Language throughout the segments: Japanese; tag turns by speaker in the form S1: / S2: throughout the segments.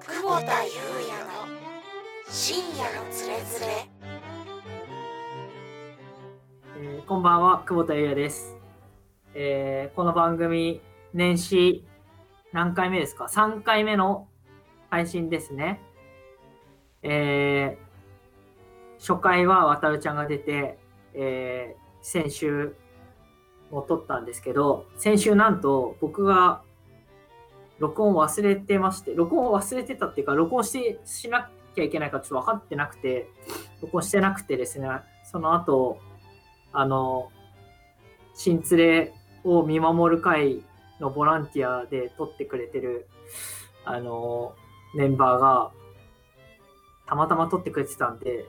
S1: 久保田裕也の深夜のつれづれ
S2: えーこんばんは、久保田裕也です、えーこの番組、年始何回目ですか ?3 回目の配信ですね。えー初回は渡るちゃんが出て、えー先週も撮ったんですけど、先週なんと僕が録音忘れてまして、録音を忘れてたっていうか、録音してしなきゃいけないかちょっと分かってなくて、録音してなくてですね、その後、あの、新連れを見守る会のボランティアで撮ってくれてる、あの、メンバーが、たまたま撮ってくれてたんで、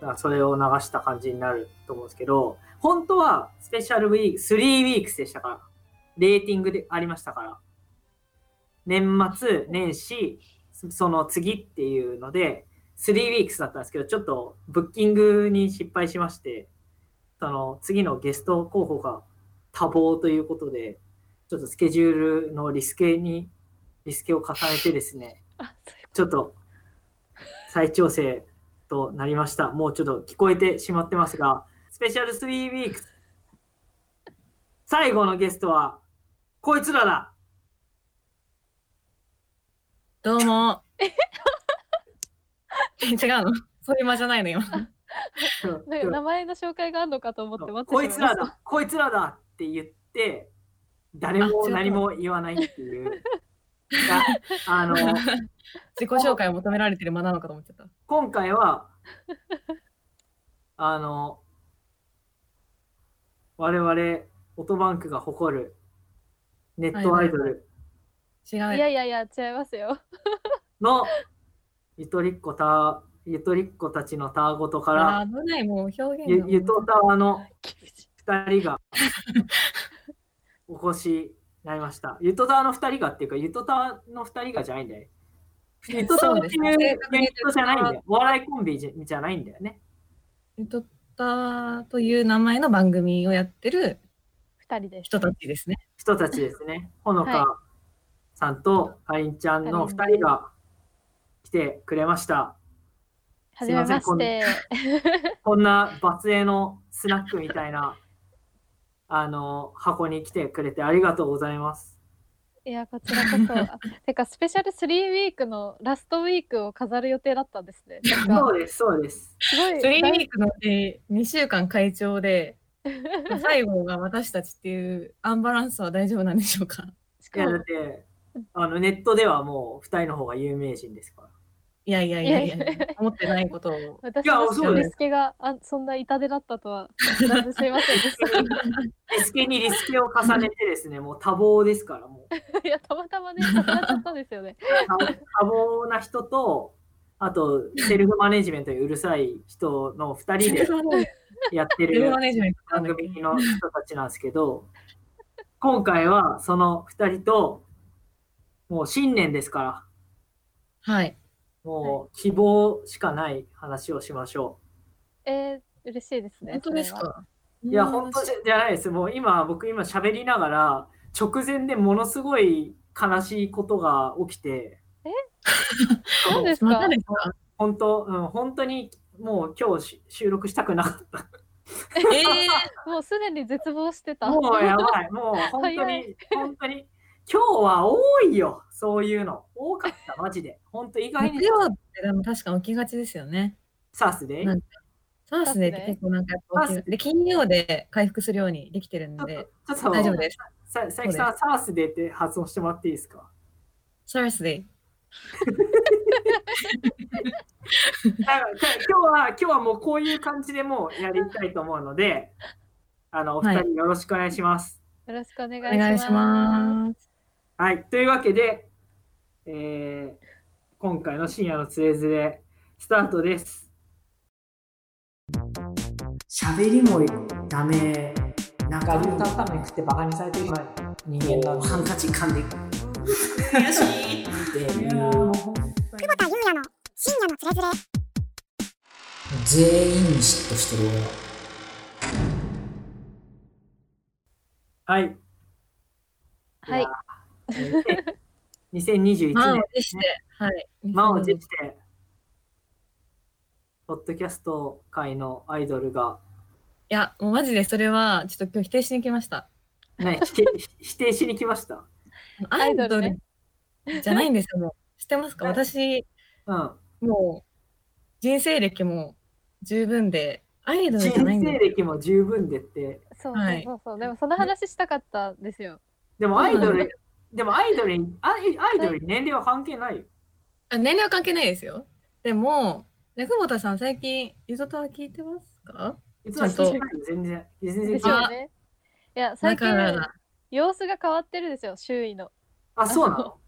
S2: だからそれを流した感じになると思うんですけど、本当はスペシャルウィーク、3ウィークスでしたから、レーティングでありましたから、年末、年始、その次っていうので、3ウィークスだったんですけど、ちょっとブッキングに失敗しまして、その次のゲスト候補が多忙ということで、ちょっとスケジュールのリスケに、リスケを重ねてです ね、ちょっと再調整となりました。もうちょっと聞こえてしまってますが、スペシャル3ウィークス、最後のゲストは、こいつらだ
S3: どうも。 違うのそういう間じゃないの今。
S4: ね名前の紹介があるのかと思って待って
S2: こいつら
S4: しまい
S2: だこいつらだって言って誰も何も言わないって いうがあの
S3: 自己紹介を求められてる間なのかと思っちゃった。
S2: 今回はあの我々オトバンクが誇るネットアイドル
S3: 違
S4: した
S3: う。
S4: いやいやいや違いますよ
S2: のゆとりっ子たゆとりっ子たちのたわごとから
S3: あー危ない、もう表現
S2: ゆ
S3: が。
S2: ゆとたわの
S4: 厳しい
S2: 2人がお越しになりました。ゆとたわの2人がっていうか、ゆとたわの2人がじゃないんだよ。ゆとたわってい
S3: そ
S2: う
S3: うですね
S2: ユニットじゃないんだよ。お笑いコンビじゃじゃないんだよね。
S3: ゆとったという名前の番組をやってる
S4: 二人です
S3: 人たちですね。
S2: 人たちですね。ほの
S4: は
S2: かさんとかりんちゃんの2人が来てくれました。
S4: はじめます
S2: いま
S4: し
S2: せ
S4: て
S2: こんなバツ絵のスナックみたいな あの箱に来てくれてありがとうございます。
S4: いやこちらこ そてかスペシャル3ウィークのラストウィークを飾る予定だったんですねなんか
S2: そうです、そうです。
S4: すごい
S3: スリーウィークのうち2週間会長 で、最後が私たちっていうアンバランスは大丈夫なんでしょうか
S4: し
S2: い
S4: か
S2: やだ
S4: も
S2: ってあのネットではもう2人の方が有名人ですから。
S3: いやいやいやいや
S4: いやいや、
S3: 思ってないこと を。
S4: 私
S2: いや
S4: の
S2: そう
S3: だよ
S4: リスケがあそんな痛手だったとはだいぶすいませんでし
S2: リスケにリスケを重ねてですね、もう多忙ですから、もう
S4: たいやたまたまねなくなっちゃったんですよね
S2: 多忙な人と、あとセルフマネジメントにうるさい人の2人でやって
S3: ル ーム
S2: る
S3: マネジメントなん
S2: 番
S3: だっけ
S2: 組の人たちなんですけど、今回はその2人と、もう新年ですから、
S3: はい。
S2: もう希望しかない話をしましょ
S4: えー、嬉しいですね
S3: 本当です
S4: それは
S3: か
S2: う。いや、本当じゃないです。もう今、僕今喋りながら、直前でものすごい悲しいことが起きて、
S4: 何です
S3: ま
S4: か
S3: たですか
S2: 本当、うん、本当にもう今日し収録したくなかっ
S3: えー
S4: もうすでに絶望して
S2: た。
S4: た
S2: もうやばい。もう本当
S4: 早
S2: に、本当に。今日は多いよ、そういうの。多かった、マジで。本当、意外に
S3: 木曜ってでも確か起きがちですよね。
S2: サースで。
S3: なん
S2: ち
S3: かサースデーって結構なんかやっぱ起き
S2: サー
S3: るで金曜で回復するようにできてるん
S2: ょっ
S3: で
S2: と、ちょっと
S3: 大丈夫です。
S2: さ佐伯さん、サースでって発音してもらっていいですか
S3: サースデー。
S2: だから今日は、今日はもうこういう感じでもうやりたいと思うので、あの、お二人よろしくお願いします。
S4: よろしくお願い
S3: お願いします。
S2: はい、というわけで、えー今回の深夜のつれづれ、スタートです。喋りもダメ、なんかルータンタメ食ってバカにされてる人間だハンカチ噛んでいく。悔しいっていう。
S5: 久保田裕也の深夜のつれづれ
S6: 全員に嫉妬してる俺は
S2: はい、
S4: はい
S2: やー2021
S3: 満を
S2: 年、
S3: 持して、はい。
S2: 満を持して、ポッドキャスト界のアイドルが、
S3: いや、もうマジでそれは、ちょっと今日否定しに来ました。
S2: ね、否定 否定しに来ました。
S3: ア
S4: ア
S3: イ
S4: イ
S3: ド
S4: ドルね
S3: ルじゃないんですよ、もう。知ってますか
S2: はい
S3: 私、
S2: うん。
S3: もう、人生歴も十分で、アイドルじ
S2: 人
S3: ゃないんです
S2: 生
S3: よ。
S2: 歴も十分でって、
S4: そう
S3: はい
S4: そうそう。でもその話したかったんですよ。
S2: でもアイド
S3: そうな
S2: ル
S3: ん、
S2: でもアイドルに、アイアイドルに年齢は関係ないよ。
S3: あ年齢は関係ないですよ。でも、ね、久保田さん、最近、ゆとたわ聞いてますか
S2: いつは聞いてないよ、全然。全然聞
S4: で
S2: い
S4: す
S2: てない
S4: よね。いや、
S3: だ
S4: 最近
S3: から、
S4: 様子が変わってるんですよ、周囲の。
S2: あ、そうなの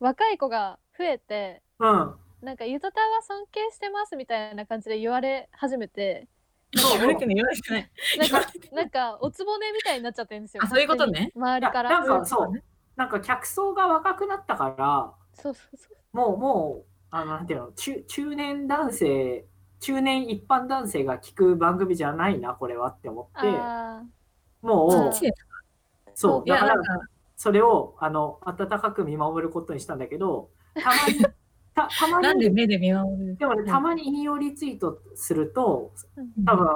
S4: 若い子が増えて、
S2: うん。
S4: なんか、ゆとたわ尊敬してますみたいな感じで言われ始めて、
S2: そう
S3: 言われてない、言われてない。
S4: なん か、なんかおつぼねみたいになっちゃってるんですよ。
S3: あそういうことね
S4: 勝手に周
S2: いや
S4: りか
S2: な
S4: ら。
S2: んかそう、なんか客層が若くなったから、
S4: そうそうそう。
S2: もう、もう、あの、なんていうの、中中年男性、中年一般男性が聞く番組じゃないな、これはって思って、
S4: あ
S2: も
S3: そうっ、ちです
S2: そう、
S3: い
S2: だ
S3: や、
S2: か
S3: な
S2: ら
S3: ん、か、
S2: それを、あの、温かく見守ることにしたんだけど、たま に、たたま
S3: なん
S2: に、
S3: で目で見守る
S2: でもね、たまに引用リツイートすると、
S3: うん
S2: 多分、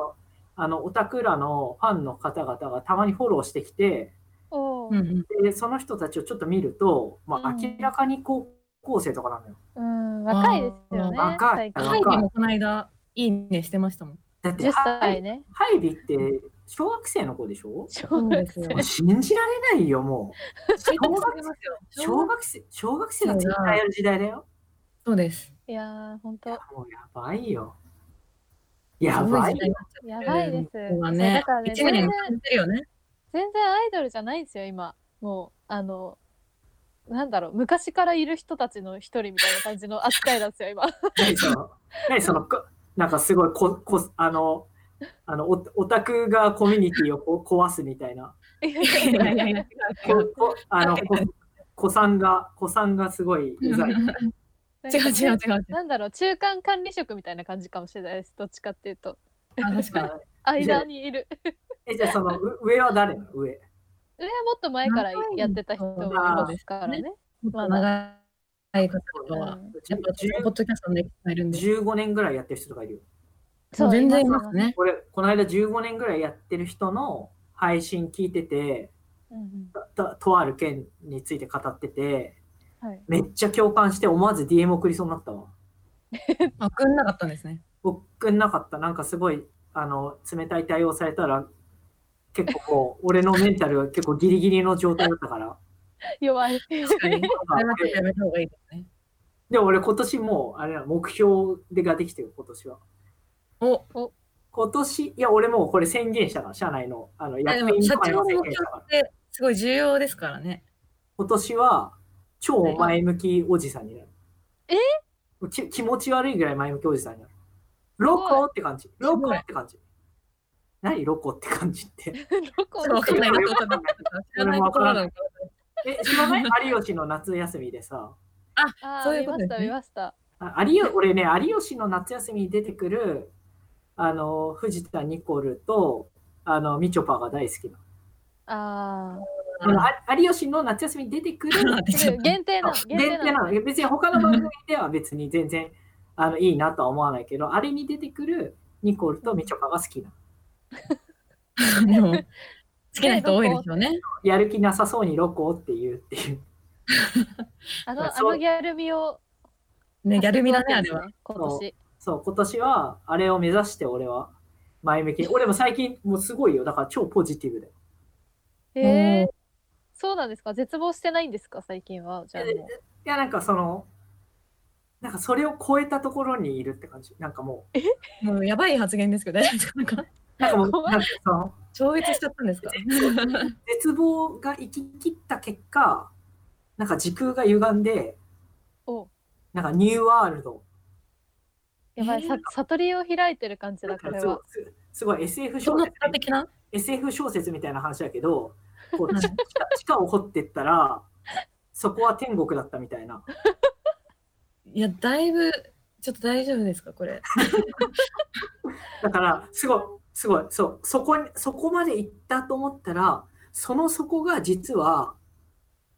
S2: あの、オタクらのファンの方々がたまにフォローしてきて、
S4: あ。おお
S3: う。ん
S2: で、その人たちをちょっと見ると、まあ、
S4: うん
S2: 明らかに高校生とかなのよ。
S4: うん、若いですよね。
S2: あー若い
S4: 最
S3: うん。
S4: 近
S3: ハイビもこの間、いいねしてましたもん。
S2: だって、
S4: 10
S2: はい
S4: 歳ね。
S2: ハイビって小学生の子でしょ
S4: 小
S3: そう
S4: 学
S3: です
S4: 生
S3: よ。
S2: 信じられないよ、も
S3: 知りたくなりますよ
S2: う。小学生、小学生がツイッターやる時代だよ。
S3: そうです。
S4: いやー、本当
S2: もうやばいよ。やばいよ。
S4: やばいです。
S3: こは
S4: そう
S3: ね
S4: だから、ね、
S3: 一
S4: 全
S3: 年
S4: 然
S3: も感じてるよね。
S4: 全然アイドルじゃないんですよ、今。もう、あの、なんだろう、昔からいる人たちの一人みたいな感じの扱いなんですよ、今。
S2: 何その、何その、こなんかすごいこ、こ、あの、あの、オオタクがコミュニティをこ壊すみたいな。
S3: いやいやいや。
S2: ここあの、こ子さんが、子さんがすごいう ざい。
S3: 違う違う違う違う。
S4: なんだろう、中間管理職みたいな感じかもしれないです、どっちかっていうと。
S3: あ確かに。
S4: 間にいる。
S2: え、じゃあその、う上は誰なの上。
S4: 上はもっと前からやってた人もいますからね。
S3: もっと長い方とかは、やっぱ
S2: じゅ
S3: ポッドキャストで聞えるんで。
S2: 15年ぐらいやってる人とかいるよ。
S4: そう
S3: 全然います。ね。
S2: 俺この間15年ぐらいやってる人の配信聞いてて
S4: うんうん
S2: たとある件について語ってて
S4: はい、
S2: めっちゃ共感して思わず DM 送りそうになったわ
S3: あくんなかったんですね。
S2: 僕なかったなんかすごいあの冷たい対応されたら結構こう 俺のメンタルが結構ギリギリの状態だったから
S4: 弱い。
S3: 確 かに。それはちょっとやめた方がいいですね。
S2: でも俺今年もうあれだ目標でができてる今年は
S3: お、
S2: 今年いや俺もうこれ宣言したから社内のあの
S3: で
S2: 役
S3: も
S2: 員
S3: 社
S2: とかに
S3: 長
S2: も
S3: の
S2: 宣
S3: 目
S2: 言し
S3: 標
S2: たから
S3: ってすごい重要ですからね。
S2: 今年は超前向きおじさんになる。
S4: え
S2: き気持ち悪いぐらい前向きおじさんになる。ロコって感じ。ロコって感じ。何ロコって感じって。
S4: ど こ
S3: わかんないことだ知らないところなのか。
S2: え、知らない有吉の夏休みでさ、
S4: あ
S3: そうい
S4: ー
S3: う
S4: 見
S3: こと
S4: ま
S3: ですね
S4: した、見ました。
S2: あ有吉俺ね、有吉の夏休みに出てくる、あの、藤田ニコルと、あの、みちょぱが大好きな。
S4: あ
S2: あのあ有吉の夏休みに出てくる、
S4: あ。すごい限定なの、限定
S2: 限定
S4: なの。
S2: なの別に他の番組では別に全然あのいいなとは思わないけど あれに出てくるニコルとみちょぱが好きなの
S3: でも好きな人多いですよね。
S2: やる気なさそうにロコって言うっていうそ
S4: あ
S2: う
S4: の、あのギャル味を。
S3: ね、ギャル味だね、あれは。。
S4: 今年。
S2: そう今年はあれを目指して俺は前向きに俺も最近もうすごいよだから超ポジティブで
S4: へえ。そうなんですか絶望してないんですか最近は。じゃあもう。
S2: いやなんかそのなんかそれを超えたところにいるって感じなんかもう
S3: もうやばい発言ですけど、大丈夫ですかなんか、
S2: なんかもう
S4: 怖い
S2: なんかその
S3: 超越しちゃったん ですか
S2: 絶望が行き切った結果なんか時空が歪んで
S4: お
S2: なんかニューワールド
S4: やばい、さ悟りを開いてる感じだ、これ
S2: すごい
S4: は。
S2: すすごい SF
S3: そ
S2: 小
S3: んな
S2: 説
S3: 歌的な
S2: SF 小説みたいな話だけ どこ
S3: う
S2: うん地下地下を掘ってったらそこは天国だったみたいない
S3: や、だいぶ、ちょっと大丈夫ですかこれ。
S2: だからすごいすごいそうそこにそこまで行ったと思ったらその底が実は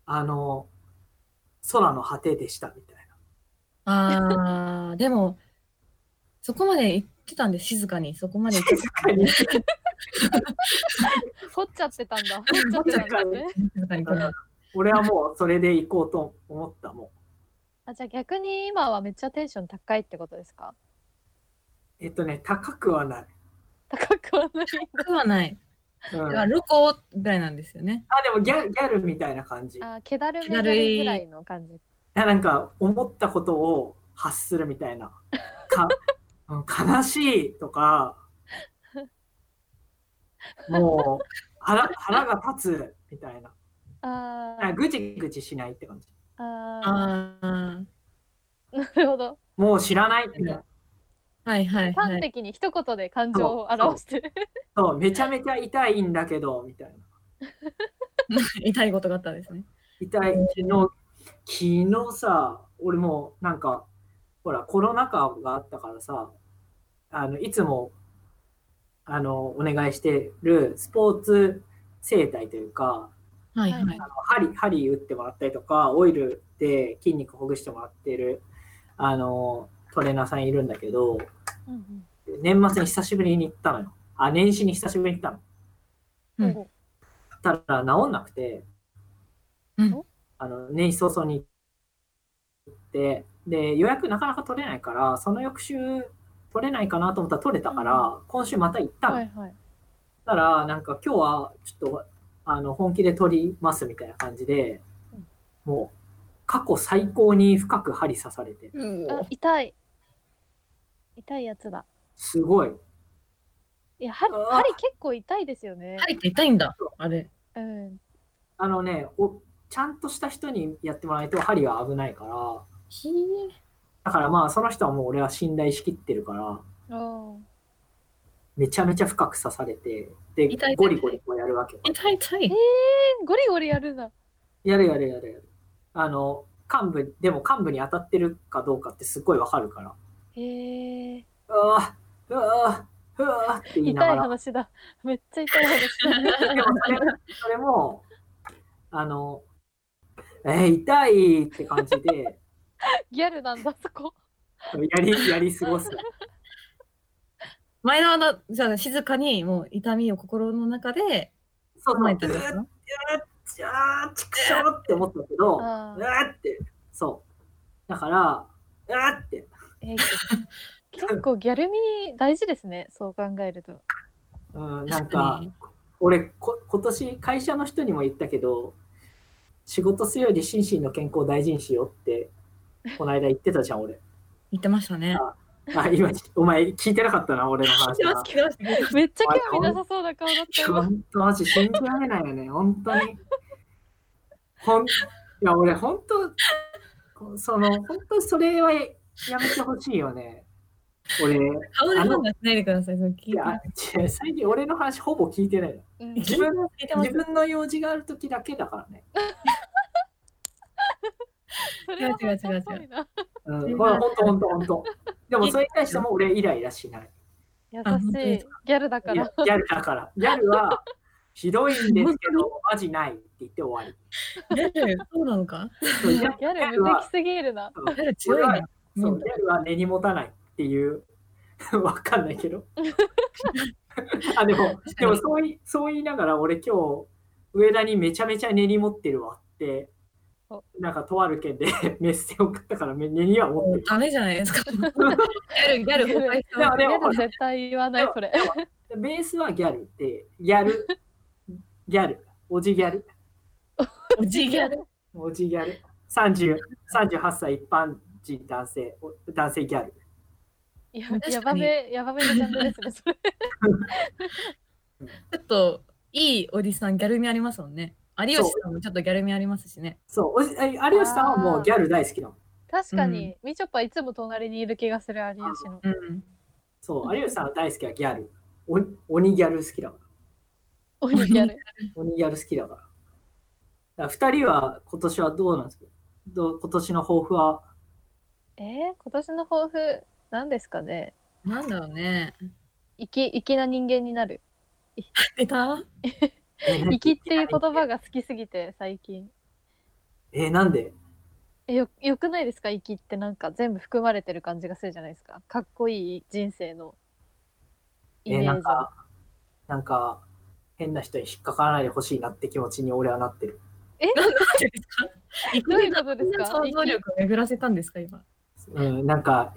S2: あの空の果てでしたみたいな。
S3: ああ、でも、そこまで行ってたんで、静かに、そこまで行ってたんで
S2: 静
S4: 掘っちゃってたんだ。 掘っちゃってたんだね。
S3: 静かに行ってた
S2: 俺はもうそれで行こうと思ったも
S4: あ、じゃあ逆に今はめっちゃテンション高いってことですか
S2: ん。えっとね、高くはない。
S4: 高くはない。
S3: そこはない。
S2: うん、
S3: だ
S2: あ
S3: から、ロコぐらいなんですよね。
S2: でもギャギャルみたいな感じ。
S4: あ、気だるめだるいぐらいの感じ。
S2: ななんか思ったことを発するみたいな。かうん悲しいとか、もう腹腹が立つみたいな。
S4: あ
S2: あ
S4: ー
S2: ぐちぐちしないって感じ。
S4: あ
S3: ああ、
S4: ー、なるほど。
S2: もう知らないみたいな。
S3: はいはいは
S4: 端
S3: い。
S4: 的に一言で感情を表してる。
S2: そう、めちゃめちゃ痛いんだけど、みたいな。
S3: 痛いことがあったんですね。
S2: 痛い昨日、昨日さ、俺もうなんか、ほら、コロナ禍があったからさ、あの、いつも、あの、お願いしてるスポーツ整体というか、
S3: はい
S4: はい
S3: はい。
S2: 針、針打ってもらったりとか、オイルで筋肉ほぐしてもらってる、あの、トレーナーさんいるんだけど、
S4: うん
S2: 年末に久しぶりに行ったのよ。あ、年始に久しぶりに行ったの。
S4: うん
S3: うん
S2: ただ治んなくて、
S3: うん
S2: あの年始早々に行ってで予約なかなか取れないからその翌週取れないかなと思ったら取れたから、
S4: う
S2: 今週また行ったの、
S4: はいはい。
S2: そしたらなんか今日はちょっとあの本気で取りますみたいな感じで、
S4: うん
S2: もう過去最高に深く針刺されて
S4: あ、痛い。痛いやつだ。
S2: すごい
S4: いや、針
S2: あー
S4: 針結構痛いですよね。
S3: 針って痛いんだ、あれ。
S4: うん。
S2: あのねおちゃんとした人にやってもらわないと針は危ないから
S3: ひー
S2: だからまあその人はもう俺は信頼しきってるから
S4: あ
S2: めちゃめちゃ深く刺されて、で
S3: 痛い痛い、
S2: ゴリゴリこうやるわけ。
S3: 痛い痛い。
S4: ーゴリゴリやるな。
S2: やるやるやるやる。あの、幹部、でも幹部に当たってるかどうかってすっごいわかるから。
S4: へえー。
S2: うわぁ、うわぁ、うわぁって言いな
S4: 痛
S2: が
S4: い
S2: ら。
S4: 話だ。めっちゃ痛い話
S2: でもそれそれも、あの、えー痛いって感じで、
S4: ギャルなんだ、そこ。
S2: やり、やり過ごす。
S3: 前のあの、じゃあ静かにもう痛みを心の中で
S2: そう
S3: 構
S2: そう、
S3: え
S2: ぐ
S3: たんです
S2: ーち
S3: か
S2: ゃー、ちくしょーって思ったけど、うわ
S4: あー
S2: ーって、そう。だから、うわーって、
S4: えー結構ギャル味大事ですね、そう考えると。
S2: うん、なん
S3: 確
S2: か
S3: かに、
S2: 俺こ今年会社の人にも言ったけど仕事するより心身の健康を大事にしようってこの間言ってたじゃん俺
S3: 言ってましたね。
S2: あ今お前聞いてなかったな俺の話な
S3: 聞いてました聞いてました
S4: めっちゃ興味なさそうな顔だった今。
S2: 本当マジ信じられないよね本当にほんいや俺本当その本当にそれはやめてほしいよね俺
S3: 顔で判断しないでください。その聞い
S2: い
S3: て
S2: や違う最近俺の話ほぼ聞いてないの
S4: うん
S2: 自分の
S3: 聞いてます
S2: 自。分の用事がある時だけだからね
S4: それは
S3: 違う違う違う違う
S4: 本当っぽいな
S2: うん、これ本当本当本 当。でもそれに対しても俺イライラしない。
S4: 優
S3: あ本当
S4: し
S3: で
S4: いギャルだか
S2: いや
S4: ら。
S2: ギャルだから。ギャル はひどいんですけど、マジないって言って終わ
S3: そうなのか
S2: り。
S4: ギ
S2: そうギャ
S4: ャ
S2: ギャ
S4: ル
S2: ル
S4: 無
S2: は
S4: 敵すぎるな。
S3: 彼強いね。
S2: そうギャルは根に持たないっていう、 わかんないけど。 あでも、でもそういそう言いながら俺今日、上田にめちゃめちゃ根に持ってるわって
S4: お、
S2: なんかとある件で メッセージ送ったから根には持ってる。
S3: ダメじゃないです か。ギャル、ギャル崩壊し
S2: いや
S3: た。
S2: でも
S4: ギャル絶対言わないそれ。
S2: ベースはギャルで、ギャル、ギャル、おじギャル。
S3: おじギャル。
S2: おじギャル。30 38歳一般人男性、お男性ギャル。
S4: や
S3: 確かに
S4: やばめ、やばめのジャンルですね、そ れ。
S3: ちょっと、いいおじさん、ギャル味ありますもんね。有吉さんもちょっとギャル味ありますしね。
S2: そう、おじえ有吉さんはもうギャル大好きなの。
S4: 確かに、みちょぱいつも隣にいる気がする、有吉の。
S3: うん。
S2: そう、有吉さんは大好きはギャル。お鬼ギャル好きだから。
S4: おにギャル。
S2: 鬼ギャル好きだから。だから2人は今年はどうなんですかどう今年の抱負 は
S4: えー、今年の抱負、何ですかね
S3: なんだろうね。
S4: 粋粋な人間になる。
S3: 出た
S2: え
S4: 粋っていう言葉が好きすぎて、最近。
S2: えなんで
S4: えよよくないですか生きってなんか全部含まれてる感じがするじゃないですかかっこいい人生のイメ
S2: え
S4: ージ、
S2: なんか、なんか、変な人に引っかからないでほしいなって気持ちに俺はなってる。
S3: てですか
S4: どういうことですか
S3: 想像力を巡らせたんですか、今。
S2: うん、なんか、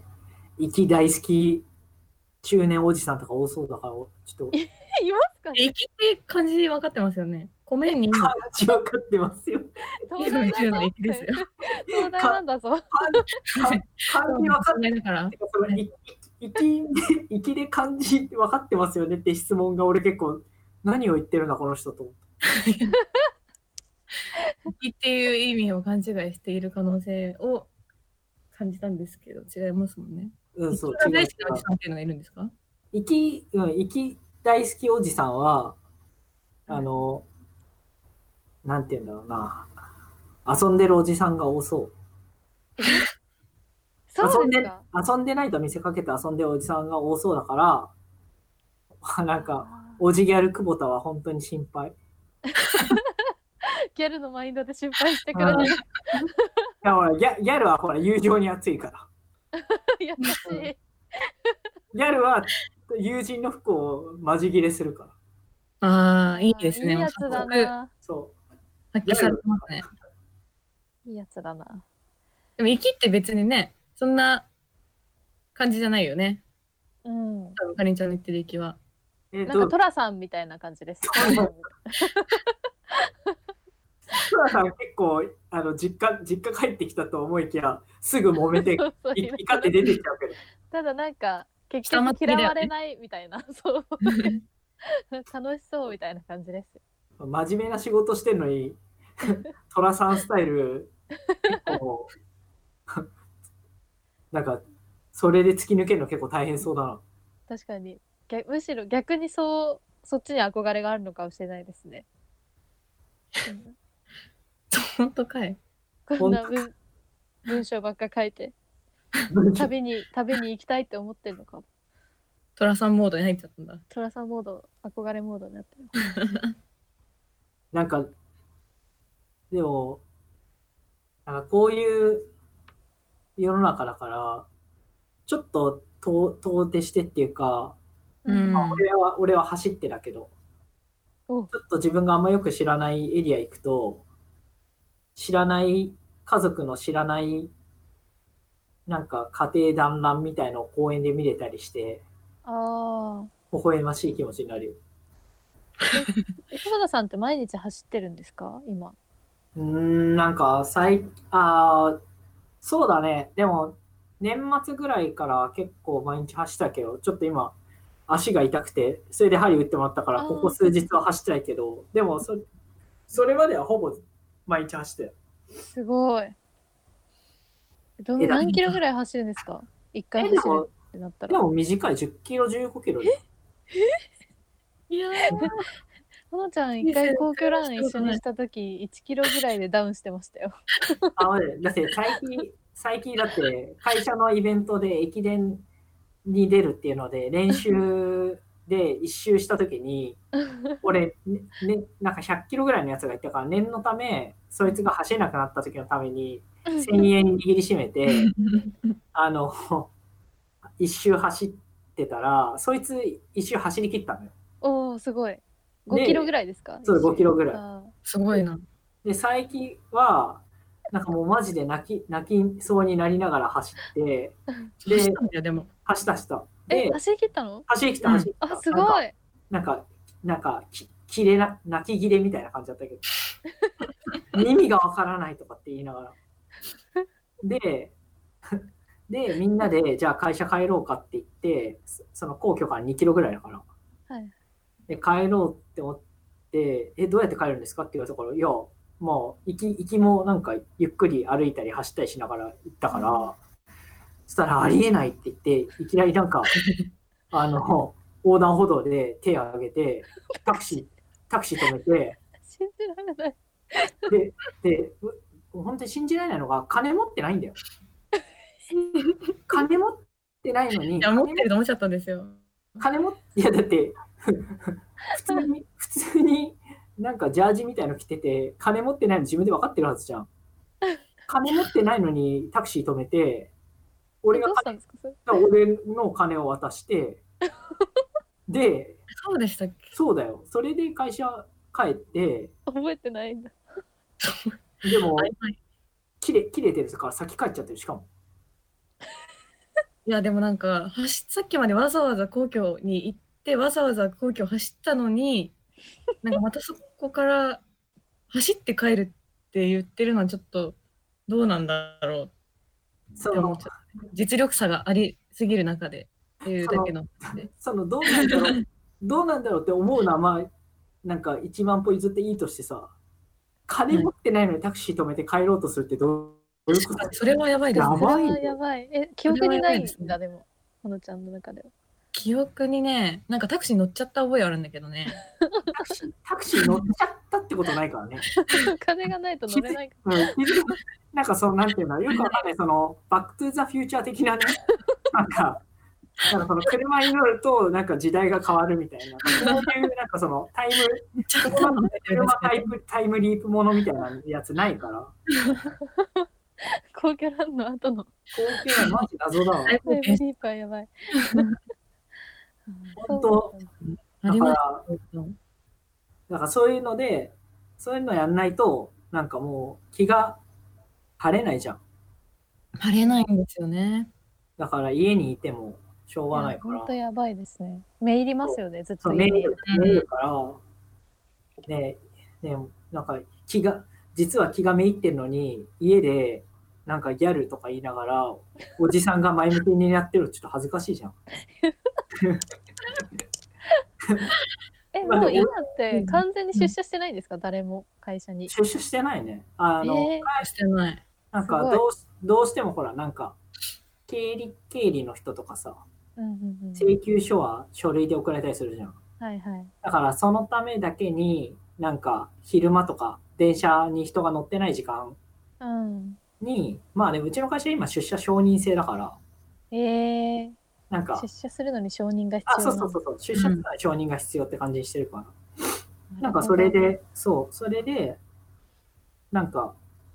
S2: 生き大好き中年おじさんとか多そうだから、ちょっと、
S4: いますかね
S3: 生きって漢字分かってますよね。米に
S2: ち分かってますよ。
S4: 東大
S3: 20の
S4: だぞ
S3: 生きですよ。
S4: 東大なんだぞ
S2: 漢漢字分かっ
S3: だから
S2: て、そのいい生き生きで漢字分かってますよねって質問が俺結構、何を言ってるんだ、この人と思って。
S3: 生きっていう意味を勘違いしている可能性を感じたんですけど、違いますもんね。
S2: うん、そう、
S3: 生きが
S2: 違う
S3: 大好きなおじさんっていうのがいるんですか
S2: 生き、うん、生き大好きおじさんは、あの、なんて言うんだろうな。遊んでるおじさんが多そう。
S4: そう
S2: 遊ん
S4: です
S2: で
S4: か、
S2: 遊んでないと見せかけて遊んでるおじさんが多そうだから、 なんか、
S4: あ
S2: おじギャル久保田は本当に心配。い
S4: ーギャルのマインドで心配してくれない
S2: や、ほら、ギャギャルはほら、友情に熱いから。
S4: 優しい
S2: ギャルは友人の不幸をまじ切れするから。
S3: ああ、いいですね。
S4: いいやつ
S3: も
S4: だ
S3: う早速
S4: な
S2: そ
S3: 発揮されてますね。
S4: いいやつだな
S3: でも生きって別にね、そんな感じじゃないよね。
S4: うん
S3: 多分かりんちゃんの言ってる生き は。
S2: う。えっ、
S4: なんか
S2: と、
S4: トラさんみたいな 感じです
S2: トラさん結構、あの、実家、実家帰ってきたと思いきや、すぐ揉めて、
S4: そうそう
S2: い怒って出てきちゃうけど。
S4: ただなんか結
S3: 下
S4: 局
S3: 祭りだ
S4: 嫌
S3: よね
S4: われないみたいな、そう 楽しそうみたいな感じです
S2: 真面目な仕事してるのに 寅さんスタイル結構 なんかそれで突き抜けるの結構大変そうだな
S4: 確かに逆むしろ逆にそうそっちに憧れがあるのかもしれないですねうん
S3: 本当かい。
S4: こんな文文章ばっか書いて 旅に旅に行きたいって思ってるのかも
S3: 寅さんモードに入っちゃったんだ。
S4: トラさんモード憧れモードになってる
S2: なんかでもなんかこういう世の中だからちょっと遠遠出してっていうか、
S3: うん
S2: まあ俺は俺は走ってだけど
S4: お
S2: ちょっと自分があんまよく知らないエリア行くと、知らない、家族の知らない、なんか家庭団らんみたいのを公園で見れたりして、
S4: あ
S2: 微笑ましい気持ちになるよ。
S4: あ久保田さんって毎日走ってるんですか今
S2: うーん、なんか、最、あーそうだね。でも、年末ぐらいから結構毎日走ったけど、ちょっと今、足が痛くて、それで針打ってもらったから、
S4: あー
S2: ここ数日は走ってないけど、でもそ、それまではほぼ毎日走ってたよ
S4: すごいど
S2: え
S4: ん
S2: らい
S4: 何キロぐらい走るんですか一回
S2: え
S4: 走
S2: で
S4: る
S2: も
S4: ってなった
S2: で
S4: ら
S2: も短い、10キロ、15キロで。
S3: いやー
S4: ほのちゃん一回
S3: 先生
S4: 公共ラン一緒にした時1キロぐらいでダウンしてましたよ。
S2: あ、待ってだって最近、最近だって会社のイベントで駅伝に出るっていうので、練習で一周したときに、俺、ねね、なんか100キロぐらいのやつがいたから、念のため、そいつが走れなくなった時のために、1000円握りしめて、あの、一周走ってたら、そいつ一周走り切ったのよ。
S4: おおすごい。
S2: ね
S4: 5キロぐらいですか
S2: そう、5キロぐらい。
S4: あ
S3: すごいな。
S2: で、最近は、なんかもうマジで泣き、泣きそうになりながら走って、
S3: そうしたんだよ、でも。
S2: 走った走った。
S4: ーえ
S2: で、
S4: 走り切ったの
S2: 走りきた、
S3: うん
S2: 走りきた。
S4: あす
S2: なん
S4: ご
S2: か
S4: い。
S2: なんか、なんか、き切れな、泣き切れみたいな感じだったけど。意味がわからないとかって言いながら。で、で、みんなで、じゃあ会社帰ろうかって言って、そその皇居から2キロぐらいだから。
S4: はい
S2: で、帰ろうって思って、え、どうやって帰るんですかって言われたから、いや、もう、行き、行きもなんか、ゆっくり歩いたり走ったりしながら行ったから、そしたら、ありえないって言って、いきなりなんか、あの、横断歩道で手を挙げて、タクシー、タクシー止めて、
S4: 信じられない。
S2: で、で、う本当に信じられないのが、金持ってないんだよ。金持ってないのに、
S3: いや、持ってると思っちゃったんですよ。
S2: 金持って、いやだって、 普通に、普通になんかジャージみたいの着てて、金持ってないの自分で分かってるはずじゃん。金持ってないのにタクシー止めて、俺が
S4: どうし
S2: 金
S4: たんですかそれ
S2: 俺の金を渡して、で、
S3: そうでしたっけ
S2: そうだよ。それで会社帰って、
S4: 覚えてないんだ。
S2: でも、
S3: はいはい
S2: 切れ切れてるんですから、先帰っちゃってる、しかも。
S3: いやでもなんか走さっきまでわざわざ皇居に行ってわざわざ皇居走ったのになんかまたそこから走って帰るって言ってるのはちょっとどうなんだろう
S2: そ
S3: でも
S2: の
S3: ちょ実力差がありすぎる中でっていうだけの
S2: そのどうなんだ ろうどうなんだろうって思うのはまあなんか1万歩譲っていいとしてさ金持ってないのにタクシー止めて帰ろうとするってどういうこと
S3: それはやばいです
S2: や
S3: ね
S2: ばい
S4: あーやばい。え、記憶にないん
S3: それは
S4: だ、
S3: や
S4: でも。ほのちゃんの中では。
S3: 記憶にねなんかタクシー乗っちゃった覚えあるんだけどね
S2: タクシータクシー乗っちゃったってことないからね、
S4: お金がないと乗 れないか
S2: うん、なんかそのなんていうのよくわかんないそのバック・トゥ・ザ・フューチャー的なねなんかなんかその車に乗るとなんか時代が変わるみたいなそういうなんかそのタイム
S3: 乗っちゃったの覚えてるんで
S2: 車
S3: す
S2: タ
S3: け
S2: イムタイムリープものみたいなやつないから
S4: ら。皇居ランの後の
S2: 光景はマジ謎だわ
S3: どだいぶ
S4: タイム
S3: え
S4: リープはやばい。
S2: 本 当
S3: あ
S2: だ
S3: り
S2: か
S3: ます
S2: ら
S3: けど
S2: だからそういうので、そういうのやんないと、なんかもう気が晴れないじゃん。
S3: バレないんですよね
S2: だから家にいてもしょうがないか
S4: 本
S2: ら
S4: 当、やばいですね。目入りますよね、ずっ
S2: そ
S4: と
S2: う、
S4: 家
S2: 見え
S4: にいる
S2: る見えるから、ね、ね、なんか気が、実は気がめいってるのに、家で、なんかギャルとか言いながら、おじさんが前向きにやってるのちょっと恥ずかしいじゃん。
S4: え、
S2: まあ
S4: もう
S2: で
S4: 今
S2: も
S4: って完全に出社してないんですか、誰も会社に。
S2: 出所してないね。あの、
S4: えー
S3: してない
S2: なん
S4: す
S2: か
S4: ごい
S2: どうしどうしてもほら、なんか、経理、経理の人とかさ、
S4: うんうんうん
S2: 請求書は書類で送られたりするじゃん。
S4: はいはい。
S2: だからそのためだけに、なんか昼間とか電車に人が乗ってない時間
S4: うん。
S2: に、まあでもうちの会社今出社承認制だから、
S4: ええ
S2: なんか
S4: 出、社するのに承認が必
S2: あ、そ
S4: 要
S2: う
S4: なん
S2: そ
S4: だ
S2: うそうそう、出社したら承認が必要って感じにしてるから、なんか
S4: る
S2: そ
S4: ほど
S2: れで、そう、それで、なんか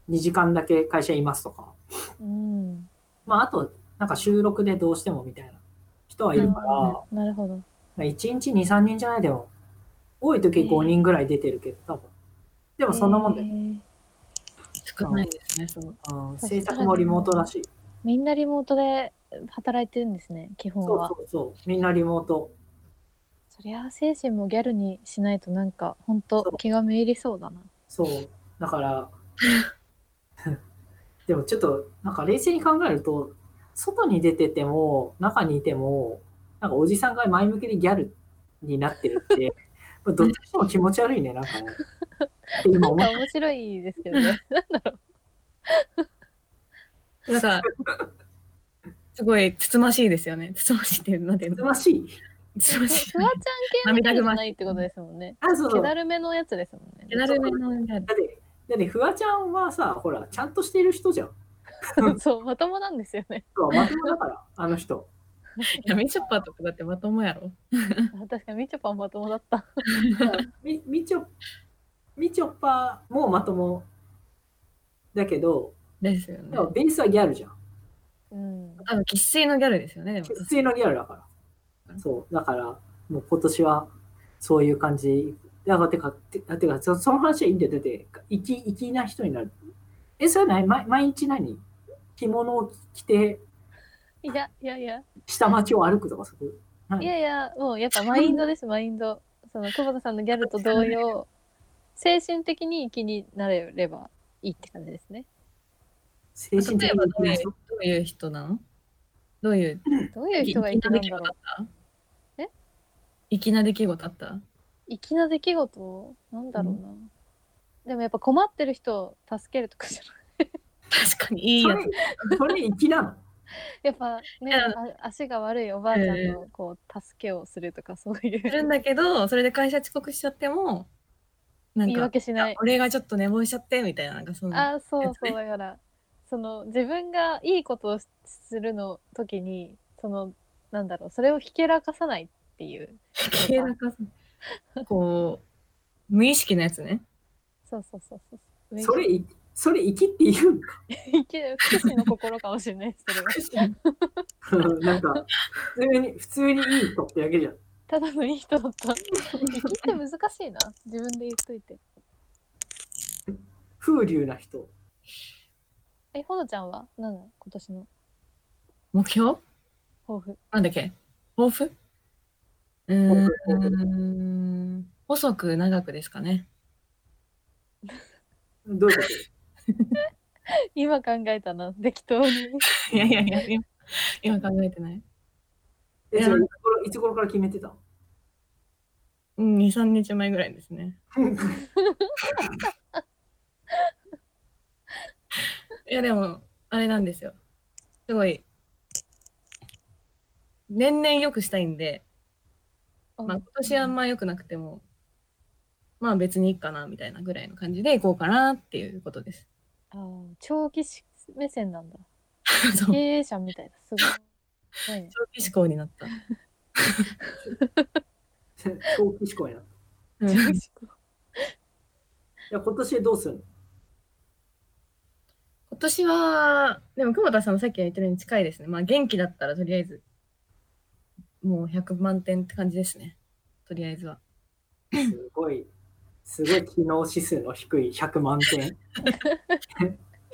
S2: 2時間だけ会社いますとか、
S4: うん。
S2: まああと、なんか収録でどうしてもみたいな人はいるから、
S4: なるほど。
S2: 1日2、3人じゃないでも、多い時5人ぐらい出てるけど、多分。でもそんなもんで
S4: え、ー
S3: 少ないですねそう
S2: うん、
S4: そした
S2: 制
S4: ら
S2: 作もリモートだし、
S4: みんなリモートで働いてるんですね、基本
S2: そう
S4: は。
S2: そうそう、みんなリモート。
S4: そりゃあ精神もギャルにしないとなんか本当
S2: そう
S4: 気がめいりそ うだな。
S2: そう、だから、 でもちょっと、なんか冷静に考えると、外に出てても、中にいても、なんかおじさんが前向きにギャルになってるって、まあどっちにしても気持ち悪いね、なんかね。って今
S4: なん
S2: 思っ
S4: か面白いで すけどね。
S3: なんかすごいつつましいですよねつつましいっていうので
S2: て、ましい。
S3: つつましい
S4: フワちゃん系の人じゃないってことですもんね。
S2: あ、そうそ
S4: 気
S2: う。だ
S4: だ
S2: っ
S4: るめのやつですもんね。
S3: 手だるめのギャル
S2: て、だってフワちゃんはさ、ほら、ちゃんとしてる人じゃん。
S4: そう、まともなんですよね。
S2: そうまともだから、あの人。
S3: いやみちょぱとかだってまともやろ
S4: あ確かにみちょぱもまともだった。
S2: みみちょみちょぱもまともだけど
S3: ですよね
S2: でもベースはギャルじゃん
S4: うん。
S3: 多分生粋のギャルですよねでも
S2: 普通のギャルだからそうだからもう今年はそういう感じだからてかてあてかそその話はいいんだよだって粋粋な人になるえそれは何毎毎日何着物を着て
S4: いや、いやいや、
S2: 下町を歩くとかそういう
S4: いやいや、もうやっぱマインドです、マイン ド。その久保田さんのギャルと同様、精神的に気になれればいいって感じですね。
S2: 精神的
S3: 例えばどういう
S2: に
S3: どういう人なのどういう
S4: どういう人がい
S3: 粋
S4: た
S3: なん出
S4: だ
S3: 来
S4: ろう
S3: 事あ。った
S4: え
S3: 粋な出来事あった
S4: 粋な出来事なんだろうな、でもやっぱ困ってる人を助けるとかじゃない
S3: 確かにいい
S2: そ
S3: や
S2: れそれ粋な の
S4: やっぱねあ足が悪いおばあちゃんのこう助けをするとかそうい
S3: つす
S4: う
S3: るんだけどそれで会社遅刻しちゃってもな
S4: 言
S3: ん
S4: い
S3: か
S4: 訳しない
S3: あ俺がちょっと寝坊しちゃってみたいななんかその
S4: あそう
S3: やつ
S4: そう
S3: ね
S4: だからその自分がいいことをするの時にそのなんだろうそれをひけらかさないっていう
S3: 系なんか こう無意識のやつね
S4: そうそうそうそう
S2: それいそれ生きって言うんか
S4: いけ福祉の心かもしれないですけど
S2: なんか普通に普通にいい人ってだけじゃん
S4: ただのいい人だった生きって難しいな自分で言っといて
S2: 風流な人
S4: えほのちゃんは何なの今年の
S3: 目標
S4: 抱負
S3: なんだっけ抱負うーん。細く長くですかね。
S2: どういうこと
S4: 今考えたな適当に
S3: いやいやいや、今今考えてない。
S2: えそれいつ頃いつ頃から決めてたの
S3: うん、2、3日前ぐらいですね。いやでも、あれなんですよ。すごい。年々良くしたいんで、まあ、今年はあんま良くなくても、まあ別にいいかなみたいなぐらいの感じでいこうかなっていうことです。
S4: あー長期視目線なんだ
S3: そう
S4: 経営者みたいなすごい、ね、
S3: 長期志向になった。
S2: 長期志向やない
S3: うん
S2: や今年どうするの
S3: 今年は、でも久保田さんもさっき言ってるように近いですね。まあ元気だったらとりあえず、もう100万点って感じですね。とりあえずは。
S2: すごい、すごい機能指数の低い100万点。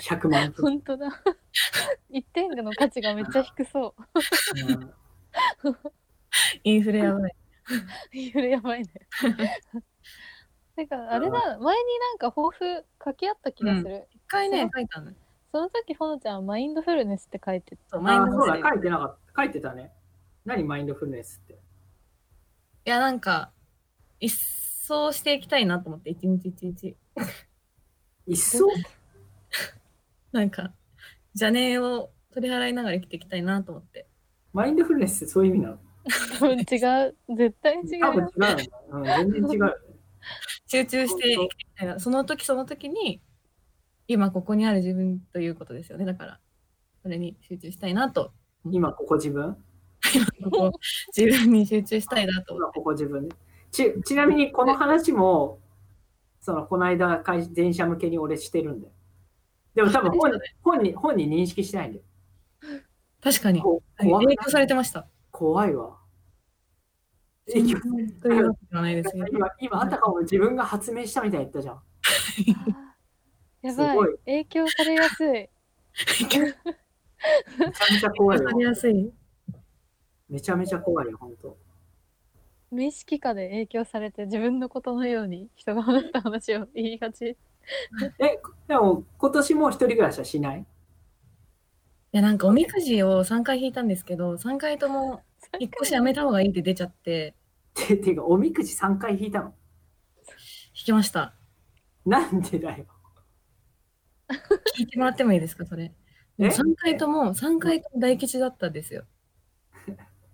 S2: 100万点。
S4: 本当だ一点の価値がめっちゃ低そう
S2: うん
S3: インフレやばい。
S4: インフレ やばいねなんかあれだ前になんか抱負書き合った気がする、
S3: 一回ね、書いたの。
S4: その時ほのちゃんはマインドフルネスって書いて
S3: そう、マイン
S2: あ、
S3: ド
S2: そう
S3: フル
S2: だ、
S3: ネス
S2: 書いてなかった。書いてたね。何マインドフルネスって。
S3: いや、なんか、一掃していきたいなと思って、一日一日。
S2: 一層
S3: なんか、邪念を取り払いながら生きていきたいなと思って。
S2: マインドフルネスってそういう意味なの
S4: 多分違 う絶対違
S2: 多分違
S4: う
S2: うよね、うん全然違うよね。
S3: 集中して生きていきたいな。その時その時に、今ここにある自分ということですよね。だから、それに集中したいな と。
S2: 今ここ自分
S3: ここ自分に集中したいなと思
S2: 今
S3: っ
S2: ここ自分ね。ちちなみにこの話も、そのこの間会、電車向けに俺してるんだよ。でも多分本本人本人認識してないんだよ。
S3: て。確かに。
S2: こ怖くな
S3: 影
S2: い
S3: 響されてました。
S2: 怖いわ。影響
S3: というわけではないですけど。
S2: 今、今あたかも自分が発明したみたいに言ったじゃん。
S4: や
S2: す
S4: ばい
S2: ごい
S4: 影響されやすい
S2: めちゃめちゃ怖い
S3: わかり
S2: よ。
S3: やすい。
S2: めちゃめちゃ怖いよ、本当。
S4: 無意識下で影響されて自分のことのように人が話した話を言いがち
S2: え、でも今年もう一人暮らしはしない
S3: いやなんかおみくじを3回引いたんですけど3回とも引っ越しやめた方がいいって出ちゃって
S2: てていうか、おみくじ3回引いたの。
S3: 引きました
S2: なんでだよ。
S3: 聞いてもらってもいいですかそれ
S2: え
S3: 3回とも3回とも大吉だったんですよ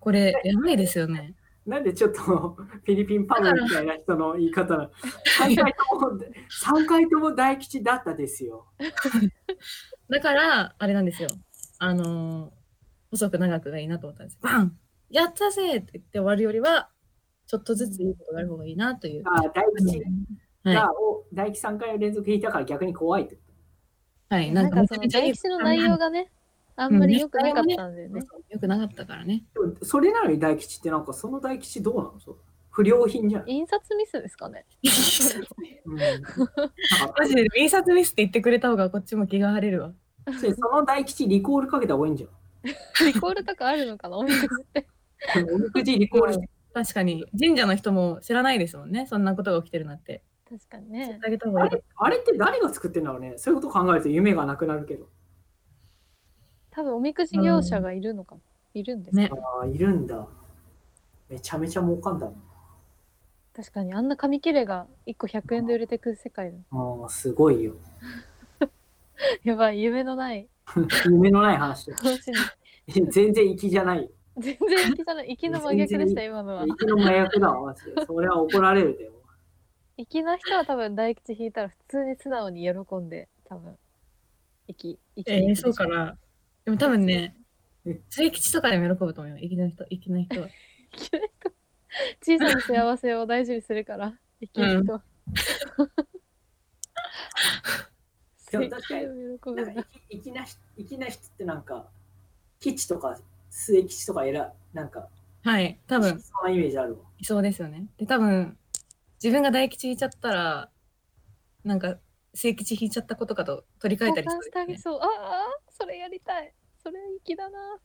S3: これやばいですよね
S2: なんでちょっと フィリピンパブみたいな人の言い方なの3回とも三回とも大吉だったですよ。
S3: だからあれなんですよあのー細く長くがいいなと思ったんですバンやったぜって言って終わるよりはちょっとずついいことがある方がいいなという
S2: あ大吉
S3: は
S2: が、を大吉3回連続引いたから逆に怖いって。
S3: い、はい、
S4: な
S3: なんん
S4: か
S3: かめちゃ
S4: その
S3: めちゃいい
S4: 大吉の内容がねあんまり良くなかったんだよね
S3: よくなかったからね
S2: でもそれなのに大吉ってなんかその大吉どうなのそう不良品じゃない、
S4: 印刷ミスです かね
S2: うん、なんか
S3: マジで印刷ミスって言ってくれた方がこっちも気が晴れるわ。
S2: それその大吉リコールかけた方がいいんじゃん。
S4: リコールとかあるのかなおみくじって
S2: おみくじリコールして
S3: 確かに神社の人も知らないですもんね。そんなことが起きてるなんて。
S4: 確かにね
S3: あげた方が
S2: あ
S3: いい。
S2: れあれって誰が作ってんだろうねそういうこと考えると夢がなくなるけど。
S4: 多分おみくじ業者がいるのかもいるんですか
S3: ね。
S2: ああ、いるんだ。めちゃめちゃ儲かんだな。
S4: 確かにあんな紙切れが1個100円で売れてく世界の
S2: ああ、すごいよ。
S4: やばい夢 のない
S2: 夢のない話だ。
S4: 話に
S2: 全然粋じゃない。
S4: 全然行きじゃない行きの真逆でした今のは
S2: 粋の麻薬だわ、マジで。それは怒られるで。
S4: 行きの人は多分大吉引いたら普通に素直に喜んで多分行き行き
S3: えー、そうか
S4: な
S3: な。でも多分ね
S2: え、
S3: 末吉とかでも喜ぶと思うよ。粋な人、粋な人は。
S4: 小さな幸せを 大事にするから行きの人は、
S2: でも確かに
S4: を
S2: な
S4: 喜ぶ
S2: んか
S4: んだ。
S2: 粋粋な人粋な人ってなんか吉とか末吉とかえらなんか
S3: はい、多
S2: そ
S3: 分
S2: のイメージあるわ。
S3: いそうですよね。で、多分、自分が大吉引いちゃったら、なんか、正吉引いちゃったことかと取り替えたり
S4: 交
S3: す
S4: 換
S3: る
S4: してあげそう。ああ、それやりたい。それ粋だな。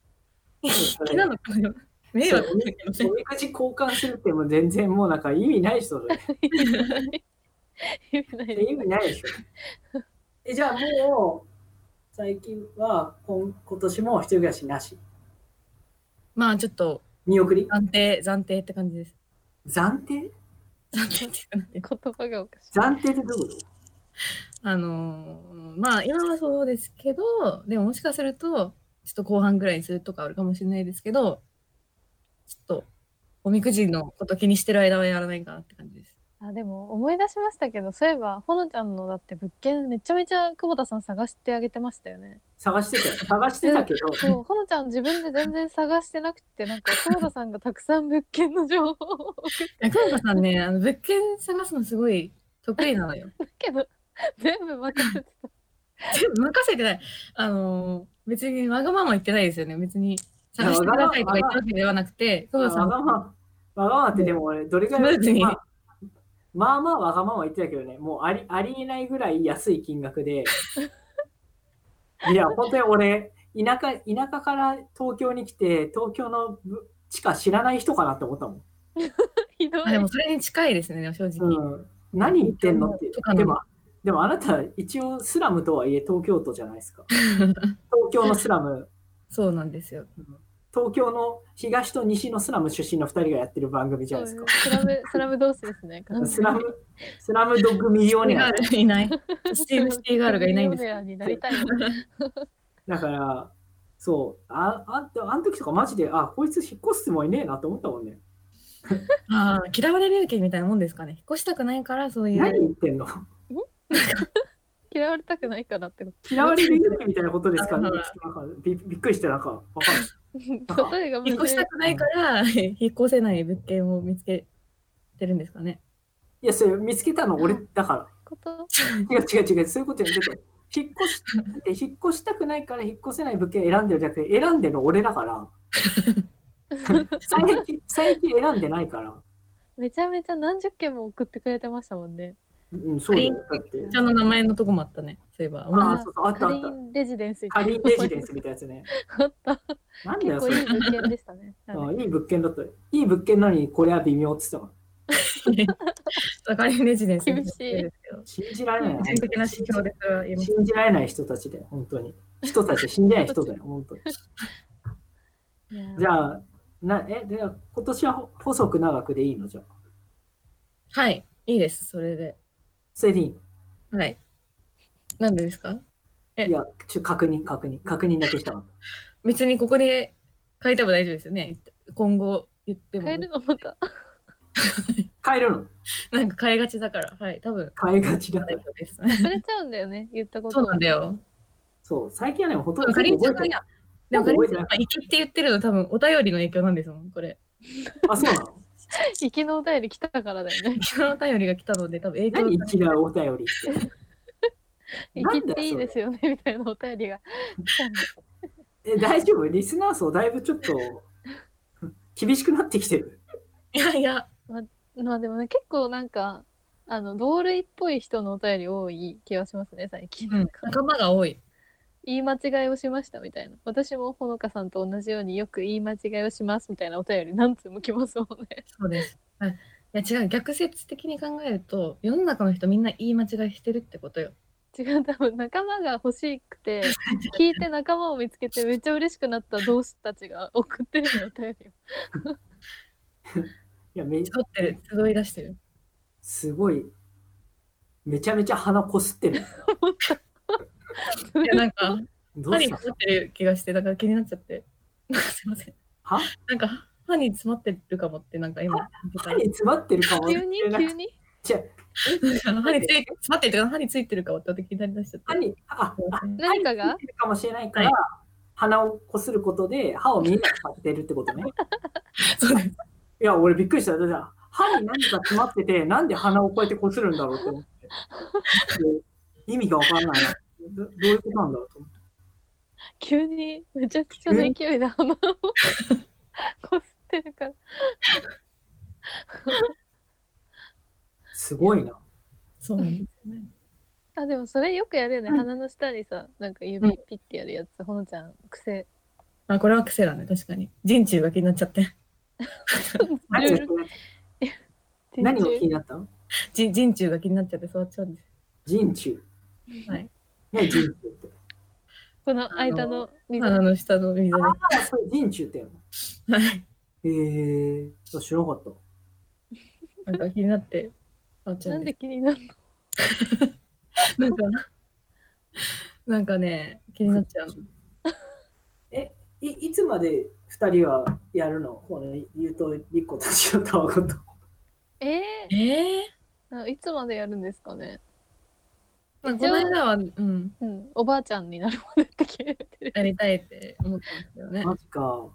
S2: そ
S3: 気なのか な迷惑だけどね
S2: おみくじ交換するってもう全然もうなんか意味ない人それ。
S4: 意味ない
S2: 意味ないでしょ。えじゃあもう最近は今今年も一人暮らしなし。
S3: まあ、ちょっと、
S2: 見送り
S3: 暫定、暫定って感じです。
S2: 暫定
S3: 暫定っていうかなんていうか
S4: 言葉がおかしい。
S2: 暫定ってどういうこ
S3: あのーまあ、今はそうですけど、でももしかすると、ちょっと後半ぐらいにするとかあるかもしれないですけど、ちょっと、おみくじのこと気にしてる間はやらないかなって感じです。
S4: あでも思い出しましたけどそういえばほのちゃんのだって物件めちゃめちゃ久保田さん探してあげてましたよね。
S2: と探してたよ探してたけど、
S4: そうほのちゃん自分で全然探してなくてなんか久保田さんがたくさん物件の情報を送って
S3: いや久保田さんね、あの物件探すのすごい得意なのよ。
S4: けど全部任せてた。
S3: 全部任せてない。あのー別にわがまま言ってないですよね。別に探してくださいとか言ったわけではなくて、久
S2: わ
S3: 保田さ
S2: が
S3: ん
S2: まま、わがままってでも俺、どれぐら
S3: スムーズ
S2: い、
S3: に
S2: まあ、まあまあわがまま言ってたけどね、もうありありえないぐらい安い金額 で、いや、本当に俺、田舎、田舎から東京に来て、東京のぶ地下知らない人かなって思ったもん。
S4: ひどい
S3: あでもそれに近いですね、でも正直。
S2: うん、何言ってんのって
S3: とか。の
S2: でも、でもあなた、一応スラムとはいえ東京都じゃないで すか。東京のスラム、
S3: そうなんですよ。
S2: 東京の東と西のスラム出身の2人がやってる番組じゃないですか。
S4: スラムスラム同士ですね。
S2: スラム、スラムドッグミリオ
S3: シ
S2: ネ
S3: ティガ
S2: ア。
S3: ールいない。スティーブ・シティガールがいないんです
S4: よ。
S3: よ。
S4: になりたい
S2: だから、そう、ああんあの時とかマジで、あ、こいつ引っ越すつもりねえなと思ったもんね。
S3: ああ、嫌われる勇気みたいなもんですかね。引っ越したくないから、そうい
S2: 何
S3: う。
S2: 言ってんの
S4: 嫌われたくないからってこ
S2: 嫌われる勇気みたいなことですかね
S3: あ
S2: ちょ
S3: の
S2: っとなんかびびっくりして、なんか、わかんない。
S4: と。例えが
S3: 引っ越したくないから、 引っ越せない物件を見つけてるんですかね。
S2: いや、それ見つけたの俺だか
S4: こと。
S2: ら。違う違う違う、そういうことじゃなくて、引っ越し、で引っ越したくないから引っ越せない物件選んでるじゃなくて、選んでるの俺だから。最近、最近選んでないから。
S4: めちゃめちゃ何十件も送ってくれてましたもんね。
S2: うん、そうだよ。だって。
S3: ちゃんの名前のとこもあったね。そういえば。
S2: ああ、そうそう、あった
S4: カ
S2: あ
S4: リ
S2: った。
S4: ンレジデンス。
S2: カリーレジデンスみたいなやつね。
S4: あった。
S2: なんだ
S4: 結
S2: よ、
S4: 構
S2: そ
S4: い
S2: れ
S4: い。物件でしたね。
S2: あいい物件だったよ。いい物件なのにこれは微妙って言ってたもん
S3: わかりレジデンス。
S4: 厳しい
S3: ですけど。
S2: 信じられない。
S3: 人的な指標でそれは言えます
S2: 信じられない人たちで、本当に。人たち、信じない人 だよ、本当に。じ
S4: ゃ
S2: ゃあ、なえで今年はほ細く長くでいいのじゃあ。
S3: はい、いいです、それで。
S2: それでいいの
S3: はい。なんでですかえ
S2: いや、ちょ確認、確認、確認だけしたかっ
S3: 別にここで変えても大丈夫ですよね。今後言っても
S4: 変え。るのまた。
S2: た。変えるの
S3: なんか変えがちだから、はい、多分
S2: 変えがちだか
S3: 大
S2: ら
S3: 丈。夫です。
S4: 忘れちゃうんだよね。言った こ
S3: そう
S4: と。
S3: なんだよ。
S2: そう、最近はね、ほとん
S3: 多
S2: ど
S3: 分かりんちゃん
S2: 覚えてない
S3: が、でもかりんちゃ
S2: 覚
S3: んが行きって言ってるの多分お便りの影響なんですもん、これ。
S2: あ、そうなの
S4: 生きのお便り来たからだよね。
S3: 昨日お便りが来たので、多分影響
S2: 何一覧お便り って。
S4: 生きっていいですよねみたいなお便りが 来たんです。
S2: え、大丈夫リスナー層だいぶちょっと厳しくなってきてる。
S3: いやいや、
S4: まあでもね結構なんかあの同類っぽい人のお便り多い気がしますね最近。
S3: うん、仲間が多い。
S4: 言い間違いをしましたみたいな私もほのかさんと同じようによく言い間違いをしますみたいなお便り何通も来ますもんね
S3: そうです。はいいや違う逆説的に考えると世の中の人みんな言い間違いしてるってことよ。
S4: 違う多分仲間が欲しくて聞いて仲間を見つけてめっちゃ嬉しくなった同志たちが送ってるのお便 りを
S2: いや、め
S3: 集ってる集い出してる。
S2: すごい、めちゃめちゃ鼻こす ってる。
S3: いやなんか
S2: どう
S3: 歯
S2: し
S3: に
S2: たの
S3: 詰まってる気がして、だから気になっちゃって。なんかすいません。
S2: は
S3: なんか歯に詰まってるかもって、なんか今見てた
S2: 歯
S3: ら
S2: に詰まってるかもし
S4: 急
S2: れ
S4: に
S2: な
S4: 急
S2: く
S4: に
S2: て、
S3: 歯につい詰まってるっていうか、歯についてるかもって私気になりだしちゃって
S2: 歯。に、あ、
S3: すいません
S4: 何か
S2: 歯につ
S4: が
S2: いてるかもしれないから、
S3: は
S2: 鼻をこすることで歯を見えなくさせてるってことね。
S3: そうです。
S2: いや、俺びっくりした。だって歯に何か詰まってて、なんで鼻をこうやってこするんだろうって思って。で意味がわからないな。どどういうことなんだろうと思って。
S4: 急にめちゃくちゃの勢いで鼻をこすってるから
S2: すごいな。
S3: そうなんですね。
S4: あでもそれよくやるよね、鼻の下にさなんか指ピッてやるやつ、ほのちゃん癖
S3: あ、これは癖だね、確かに。人中が気になっちゃって。
S2: 何が 気になっ何が気
S4: 中
S2: になったの
S3: じ人中が気になっちゃって座っちゃうんです。
S2: 人中。
S3: はい。
S2: ね、人中って。
S4: この間の溝
S3: 鼻の下の溝が。
S2: あ、それ人中ってやるの
S3: はい。
S2: へえー、知らなかった。
S3: なんか気になって座っちゃ
S4: な
S3: うんんで。
S4: です気になる
S3: なんか、なんかね、気になっちゃうの。
S2: え、いいつまで二人はやるのこの言うと、リコと塩タワゴ と。
S4: え
S3: ええ
S4: ーあいつまでやるんですかね
S3: まあ、この間は、うん、
S4: うんおばあちゃんになるまでって決めてる
S3: やりたいって思ったんですけどね。
S2: マジか。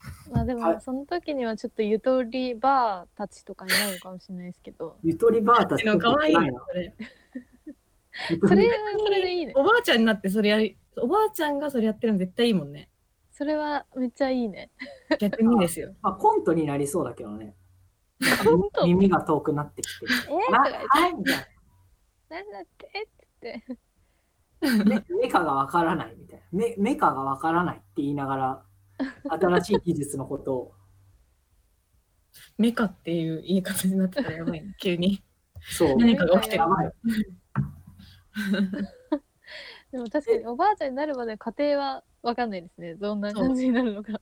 S4: まあで
S2: はい
S4: もその時にはちょっとゆとりバーたちとかになるのかもしれないです けど
S2: ゆとりばあたち
S3: の可愛いなそれ
S2: ゆと
S4: それ
S2: り
S4: はそれでいいね
S3: おばあちゃんになってそれやりおばあちゃんがそれやってるの絶対いいもんね
S4: それはめっちゃいいね
S3: 逆にですよ
S2: まあ、コントになりそうだけどね。
S4: 本当
S2: 耳が遠くなってき て。
S4: えー、と
S2: ま
S4: か
S2: あ、
S4: 言って
S2: はいみたい
S4: なんだって って言って
S2: な。目目かがわからないみたいな。目目かがわからないって言いながら、新しい技術のことを。
S3: メカっていう言い方になってたらやばいね急に
S2: そう。
S3: 何かが起きてる
S2: やばい
S4: でも確かにおばあちゃんになるまで家庭は分かんないですねどんな感じになるのか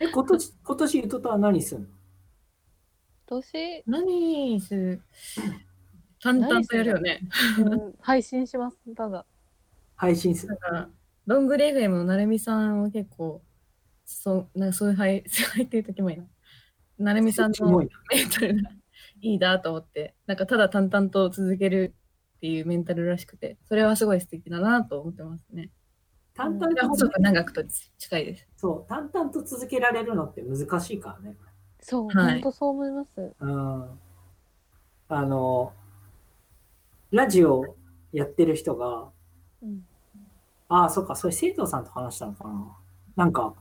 S2: え、今年、今年ゆとたは何すんの
S4: 年、
S3: 何す淡々とやるよね
S4: うん配信しますただ
S2: 配信す
S3: なん
S2: る。
S3: かロングレ FM のなるみさんを結構そうなんかそういう配配っていう時もいいななるみさん
S2: キ
S3: の
S2: モいな
S3: メンタルがいいなと思ってなんかただ淡々と続けるっていうメンタルらしくてそれはすごい素敵だなと思ってますね
S2: 淡
S3: それは
S2: 々と
S3: 細く長くと近いです
S2: そう、淡々と続けられるのって難しいからね。
S4: そう、
S3: はい
S4: 本当そう思います
S2: うん。あの、ラジオやってる人が、
S4: うん
S2: ああ、そっか、それ生徒さんと話したのかな。なんか、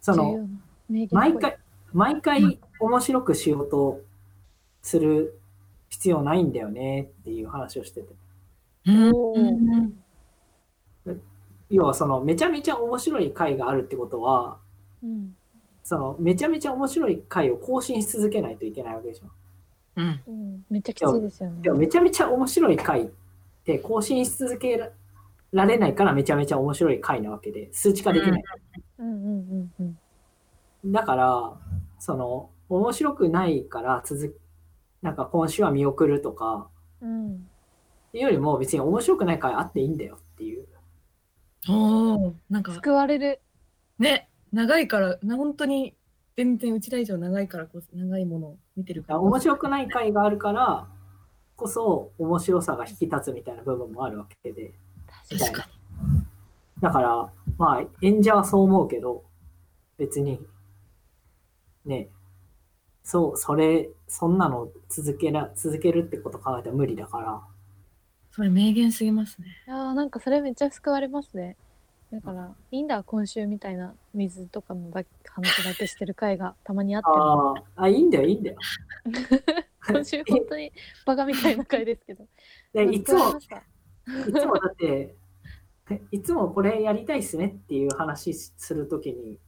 S2: そ
S4: 重
S2: の、
S4: 要な名言っぽい
S2: 毎回、毎回面白くしようとする必要ないんだよねっていう話をしてて。
S4: おー
S2: 要はその、めちゃめちゃ面白い回があるってことは、
S4: うん
S2: その、めちゃめちゃ面白い回を更新し続けないといけないわけでしょ。
S3: うん
S4: うん、めっちゃきついですよね
S2: でもめちゃめちゃ面白い回って更新し続けられないからめちゃめちゃ面白い回なわけで数値化できない。
S4: うんうんうんうん
S2: だからその面白くないから続きなんか今週は見送るとか
S4: うん
S2: っていうよりも別に面白くない回あっていいんだよっていう。
S3: おーなんか
S4: 救われる
S3: ね長いからな本当に全然うちら以上長いからこそ長いものを見てる
S2: だか
S3: か
S2: らら面白くない回があるからこそ面白さが引き立つみたいな部分もあるわけで。みたい
S3: 確
S2: な。だから、まあ、演者はそう思うけど、別に、ね、そう、それ、そんなの続けら、続けるってこと考えたら無理だから、
S3: それ名言すぎますね
S4: いやーなんかそれめっちゃ救われますねだからいいんだ今週みたいな水とかのだ話だけしてる回がたまにあっても
S2: ああ、あいいんだよ、いいんだよ。
S4: 今週本 当にバカみたいな回ですけど。
S2: でいつも、い
S4: 助か
S2: つもだって、いつもこれやりたいっすねっていう話するときに、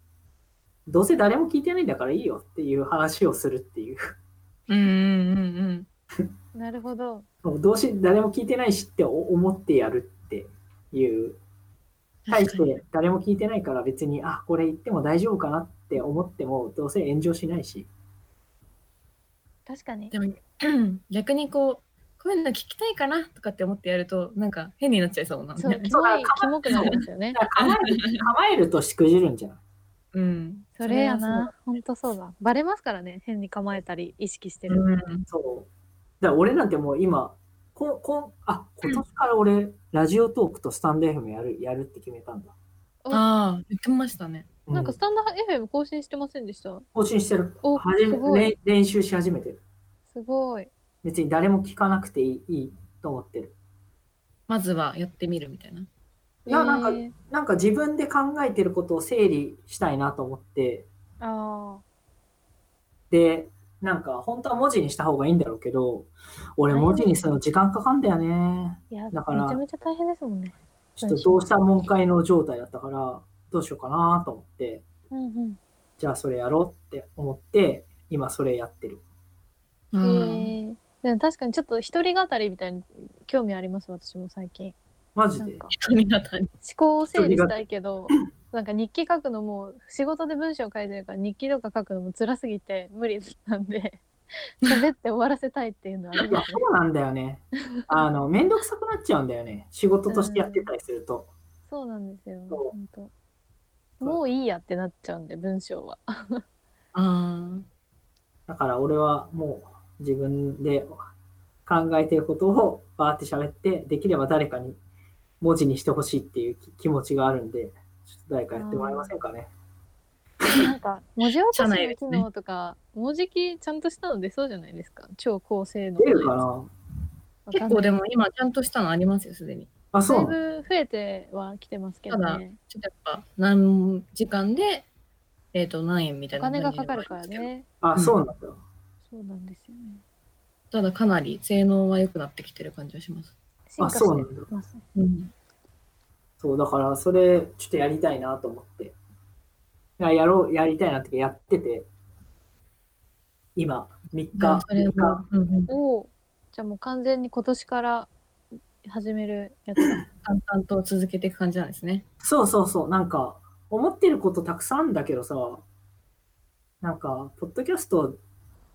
S2: どうせ誰も聞いてないんだからいいよっていう話をするっていう。
S3: うんうんうん
S4: りましたなるほど。
S2: どうし誰も聞いてないしって思ってやるっていう対し
S3: 確かに
S2: て誰も聞いてないから別にあこれ言っても大丈夫かなって思ってもどうせ炎上しないし
S4: 確かに。
S3: でも逆にこうこういうの聞きたいかなとかって思ってやるとなんか変になっちゃいそうな
S4: そう、
S3: ね
S4: キモい、キモくなりますよね。
S2: だから構え る構えるとしくじるんじゃない
S3: うん
S4: それやな。ほんとそうだ。バレますからね。変に構えたり、意識して
S3: それ
S4: る。
S3: はそううん
S2: そうだから俺なんてもう今こんこんあ今年から俺ラジオトークとスタンド FM やるやるって決めたんだ、
S3: ああ言ってましたね
S2: う
S4: なんかスタンド FM 更新してませんでした。
S2: 更新してる
S4: お、
S2: 始
S4: す
S2: め
S4: ごい。
S2: 練練習し始めてる
S4: すごい。
S2: 別に誰も聞かなくていいいいと思ってる
S3: まずはやってみるみたいな。
S2: いやなんか
S4: えー
S2: なんか自分で考えてることを整理したいなと思って、
S4: あ
S2: で、なんか本当は文字にした方がいいんだろうけど、俺
S4: はい
S2: 文字にするの時間かかんだよね。
S4: ーいや
S2: だから
S4: めちゃめちゃ大変ですもんね。
S2: ちょっとどうしたもんかいの状態だったから、どうしようかなと思って、
S4: うんうん。
S2: じゃあそれやろうって思って、今それやってる。
S4: え
S3: うん
S4: ーでも確かにちょっと一人語りみたいに興味あります私も最近。
S2: マジ
S4: なん
S2: で
S4: か。
S3: 髪型に。
S4: 思考を整理したいけど なんか日記書くのも仕事で文章書いてるから日記とか書くのも辛すぎて無理なんで喋って終わらせたいっていうのはあり
S2: いや
S4: ますね
S2: そうなんだよね。あの、めんどくさくなっちゃうんだよね。仕事としてやってたりすると。
S4: そうなんですよ
S2: そう
S4: 本当もういいやってなっちゃうんで文 章は
S3: ああ。
S2: だから俺はもう自分で考えてることをバーって喋って、できれば誰かに文字にしてほしいっていう気気持ちがあるんで、ちょっと誰かやってもらえませんかね。
S4: なんか文字起こし
S3: 社内
S4: の
S3: です
S4: 機
S3: ね
S4: 能とか、文字機ちゃんとしたの出そうじゃないですか超高性能
S2: 出るかな
S4: わか
S3: 結
S4: んな
S3: 構
S4: い
S3: でも今ちゃんとしたのありますよ、すでに。
S2: あ、そ。
S4: だいうぶ増えてはきてますけど
S3: ただ
S4: ね
S3: ちょっとやっぱ何時間で、えっ、と、何円みた
S4: お
S3: いな。
S4: 金がかかるから。ね
S2: あ、そうなんだ。
S4: そうなんですよね
S3: ただかなり性能は良くなってきてる感じはします。
S4: 進化
S2: そうなんだ
S4: してますね
S3: うん。
S2: そう、だからそれちょっとやりたいなと思って。あやろう、やりたいなってやってて、今、3日、
S3: それ
S2: 3日
S3: も、うんうん、
S4: おおじゃあもう完全に今年から始めるやつ だ
S3: 淡々と続けていく感じなんですね。
S2: そうそうそう、なんか、思ってることたくさんあんだけどさ、なんか、ポッドキャスト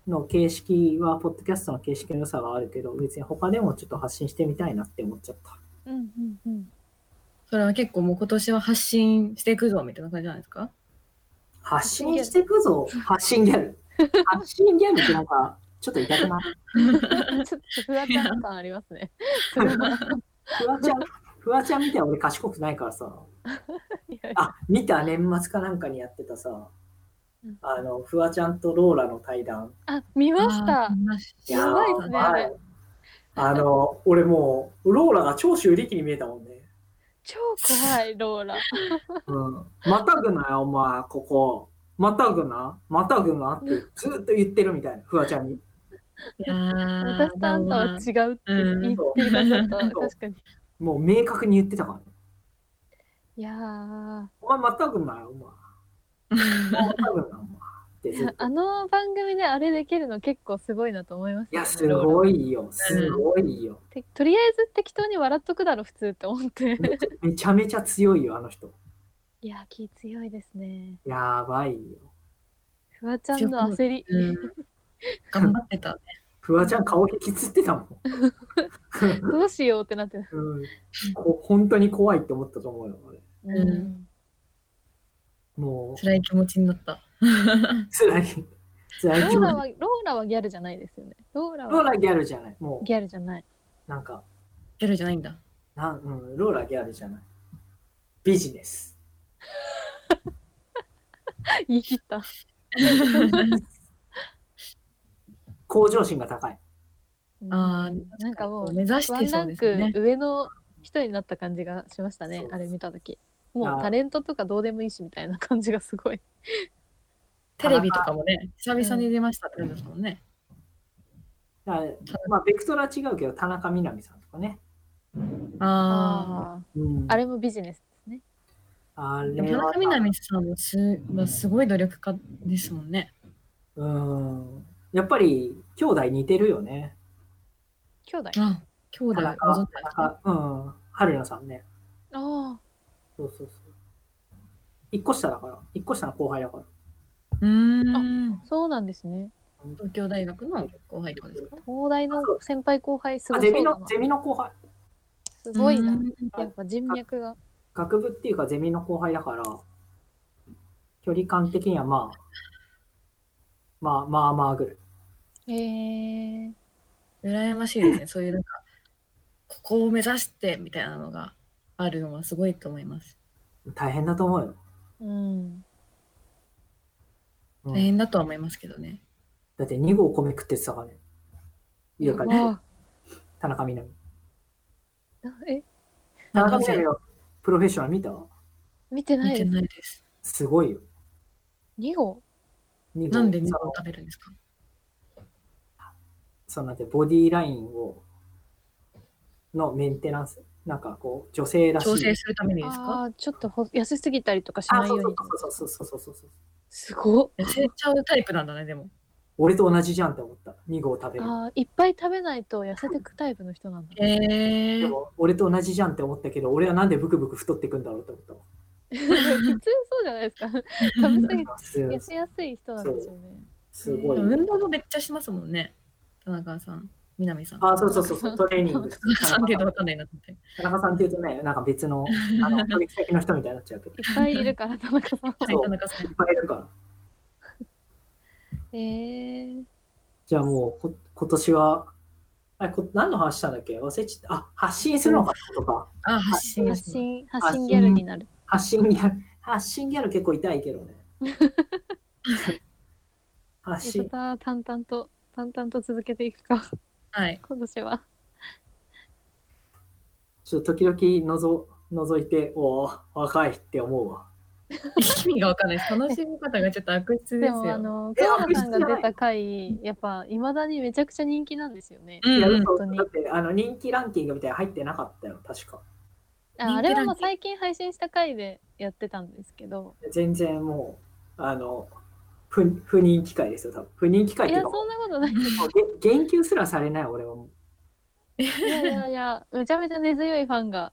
S2: の形式は、ポッドキャストの形式の良さがあるけど、別に他でもちょっと発信してみたいなって思っちゃった。
S4: うんうんうん
S3: それは結構もう今年は発信していくぞみたいな感じなんですか
S2: 発信してくぞ、発信ギャル。発信ギャルってなんか、ちょっと痛くない
S4: ちょっとフワちゃん感ありま すね
S2: フワちゃん、フワちゃんみたいな俺賢くないからさ。
S4: いやいや
S2: あ、見た年末かなんかにやってたさ
S4: うん、
S2: あの、フワちゃんとローラの対談。
S4: あ見ました
S3: あー見まし
S4: やばいっ
S2: っ
S4: すねあれ
S2: あの、俺もう、ローラが長州力に見えたもんね。
S4: 超 怖いローラ
S2: うん。またぐなよ、お前、ここ。またぐなまたぐなってずっと言ってるみたいな、フワちゃんに。
S3: いやー
S4: 私とあんたは違うって言っていました
S2: うん
S4: 確かに
S2: もう明確に言ってたからね。
S4: いやー
S2: お前、またぐなよ、お前。またぐな、お前。ってずっと
S4: あの番組であれできるの結構すごいなと思います
S2: いや、
S4: よね
S2: す
S4: ローラ
S2: ごいよ、すごいよ。
S4: てとりあえず適当に笑っとくだろ普通って思って
S2: めちゃめちゃめちゃ強いよ、あの人。
S4: いやー気強いですね
S2: やばいよ。
S4: フワちゃんの焦り
S3: うん頑張ってた。
S2: フワちゃん顔引きつってたもん。
S4: どうしようってなって
S2: うん、こ本当に怖いって思ったと思うよ、あれ。
S3: ん
S2: もう、
S3: 辛い気持ちになった。
S2: 辛い。辛い
S4: ロ
S2: 気持
S4: ーラ
S2: ち。
S4: はローラはギャルじゃないですよね。ローラ
S2: ロー
S4: は
S2: ラギャルじゃない。も
S4: ギャルじゃない。
S2: う、なんか、
S3: ギャルじゃないん だ。
S2: なんうん、ローラギャルじゃない。ビジネス。
S4: 言い切った。
S2: 向上心が高い。
S3: あー
S4: なんかもう
S3: 目指し
S4: ワン
S3: てそ
S4: ラ
S3: うで
S4: ン
S3: す
S4: ク
S3: ね。
S4: 上の人になった感じがしましたね
S2: そう。
S4: あれ見た時。
S2: あ
S4: も
S2: ー
S4: うタレントとかどうでもいいしみたいな感じがすごい。
S3: テレビとかもね、久々に出ましたって感じですもんね。
S2: だからまあ、ベクトルは違うけど、田中みな実さんとかね。
S3: あ
S2: うん、
S4: あれもビジネスですね。
S2: あ
S3: あ。でも
S2: れ
S3: 田
S2: は
S3: 中みな実さんもす,、まあ、すごい努力家ですもんね。
S2: うん。やっぱり、兄弟似てるよね。
S4: 兄弟。
S3: あ、兄弟
S2: 田
S3: が
S2: 中、
S3: 戻っ
S2: 田
S3: たんですね
S2: 中、うん。春菜さんね。
S4: あ
S2: そうそうそう。一個下だから。一個下の後輩だから。
S3: うーん
S4: あ、。そうなんですね。
S3: 東京大学の後輩とかですか
S4: 東大の先輩後輩す
S2: あ
S4: ご
S2: ゼ
S4: そう
S2: ミ
S4: だ
S2: の
S4: な。
S2: ゼミの後輩
S4: すごいうな。
S3: ん
S4: やっぱ人脈が。
S2: 学部っていうかゼミの後輩だから距離感的にはまあまあまあまあぐらい
S4: えー。
S3: 羨ましいですね。そういうなんか、ここを目指してみたいなのがあるのはすごいと思います。
S2: 大変だと思うよ、
S4: うん。
S2: うん
S3: 大変だとは思いますけどね。
S2: だって2合米食ってたからね家帰って
S4: わあ
S2: 田中みな実
S4: え
S2: 田中みな実はプロフェッショナル見た
S4: 見てな
S3: 見
S4: い
S3: て
S4: です。
S3: ないです。
S2: すごいよ。
S4: 2号
S2: 二号
S3: なんで肉
S2: そ
S3: を
S2: の
S3: 食べるんですか
S2: そのだってボディラインをのメンテナンス、なんかこう、女性らしい。
S3: 調整するためにですか
S4: ああ、ちょっとほ痩せすぎたりとかし
S2: あ
S4: ない
S2: そ
S4: よ
S2: う
S4: うに。
S2: そうそうそうそうそうそう。
S4: すごっ。
S3: 痩せちゃうタイプなんだね、でも。
S2: 俺と同じじゃんって思った。2号食べる。
S4: ああ、いっぱい食べないと痩せてくタイプの人な んだ。
S3: へ
S2: で
S3: え。
S2: も俺と同じじゃんって思ったけど、俺はなんでブクブク太っていくんだろうって思ったわ。
S4: 普通そうじゃないですか。食べ過ぎて痩
S2: す
S4: せやすい人なんですよね。
S2: すごい。
S3: 運動もめっちゃしますもんね。田中さん、南さん。
S2: あ、そうそうそうそう、トレーニング。
S3: 田 中さんって
S2: 田
S3: 言うとわかんないなと思って。
S2: 中さんって言うとね、なんか別の、あの、取引先の人みたいになっちゃうけど、い
S4: いっぱいいるから、田中さんは。
S3: はい、田中さん。
S2: っぱいいるから。
S4: ええ
S2: じゃあもうこ、今年は、あれこ何の話したんだっけ忘れちゃった。あ、発信するのかとか。
S3: あ、発信
S4: 発
S3: 発信。
S4: 信、発信ギャルになる。
S2: 発信ギャル、発信ギャル結構痛いけどね。発
S4: よ
S2: 信、
S4: かった、淡々と、淡々と続けていくか、
S3: はい。
S4: 今年は。
S2: ちょっと時々のぞ、覗いて、おー若いって思うわ。
S3: 意味がわかんないです。楽しみ方がちょっと悪質で
S4: ですも、あ
S3: よ。
S4: の、
S2: いや
S4: 久保田さんが出た回、やっぱ、いまだにめちゃくちゃ人気なんですよね。
S3: うん
S2: いや、
S3: うん、
S2: 嘘
S4: 本当に
S2: だって、あの、人気ランキングみたいなの入ってなかったよ、確か。
S4: ああ
S3: 人気ランキング
S4: れはもう最近配信した回でやってたんですけど、
S2: 全然もう、あの、不不人気会ですよ、多分。不人気会っ
S4: い
S2: てい
S4: や、
S2: うか、も
S4: そんなことない。いう
S2: げ言及すらされない、俺はもう。
S4: やいやいや、めちゃめちゃ根強いファンが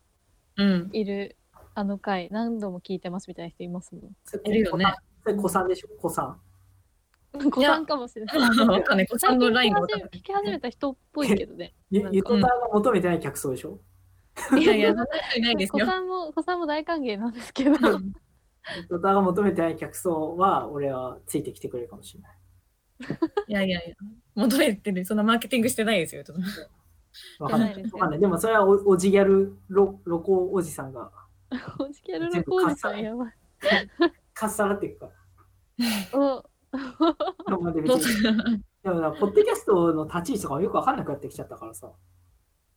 S3: うん。
S4: いる、あの回、何度も聞いてますみたいな人いますも
S2: それ
S3: いるよね。
S2: それ子さんでしょ、子さん。
S4: ん。子さんかもしれない。
S3: わかんない。子さ
S4: 最
S3: ん
S4: 近
S3: の
S4: 聞
S3: ライ
S4: き
S3: ンがわか
S4: 始
S3: ん
S4: め
S3: ない。
S4: 聞き始めた人っぽいけどね。
S2: ゆ
S4: なんか
S2: ゆとたわが求めてない客層でしょ
S3: いやいや、そんな人いないです
S4: 子
S3: よ。
S4: さんも、子さんも大歓迎なんですけど。
S2: ゆとたわが求めてない客層は、俺はついてきてくれるかもしれない。
S3: いやいやいや。求めてる、そんなマーケティングしてないですよ。ちょっと
S2: わかんない。
S4: じゃないですよ
S2: わかんない。でもそれはおおじギャル、ロロコおじさんが、
S4: おじキャルのコージさんやばい。
S2: かっさらっていくから。
S4: お
S2: 今まで別にでもな、ポッドキャストの立ち位置とかもよくわかんなくなってきちゃったからさ。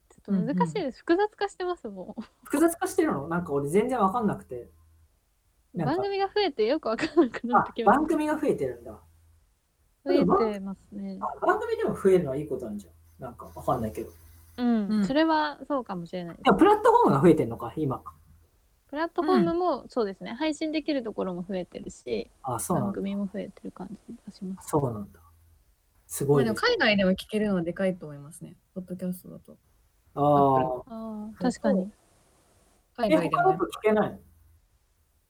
S4: ちょっと難しいです。複雑化してますも
S2: 複雑化してるのなんか俺全然わかんなくて。
S4: ん。
S2: なん
S4: 番
S2: か
S4: 組が増えてよくわかんなくなっ
S2: あ
S4: てきま
S2: 番組が増えてるんだ。
S4: す。増えてますね。。
S2: あ番組でも増えるのはいいことなんじゃん。なんかわかんないけど。いう
S3: うんん
S4: それはそうかもしれないです。
S2: やプラットフォームが増えてるのか、今。
S4: プラットフォームもそうですね。配信できるところも増えてるし、
S2: あ、そうな
S4: 番
S2: んだ。
S4: 組も増えてる感じがします。
S2: そうなんだ。す
S3: ま
S2: ご
S3: あ
S2: い
S3: で
S2: で
S3: も
S2: す。
S3: 海外でも聞けるのはでかいと思いますね。ポッドキャストだと。
S2: ああ
S4: ああ、確かに。
S3: 海
S2: ー。え、
S3: 外で
S2: 他だ
S3: も。
S2: と聞けないの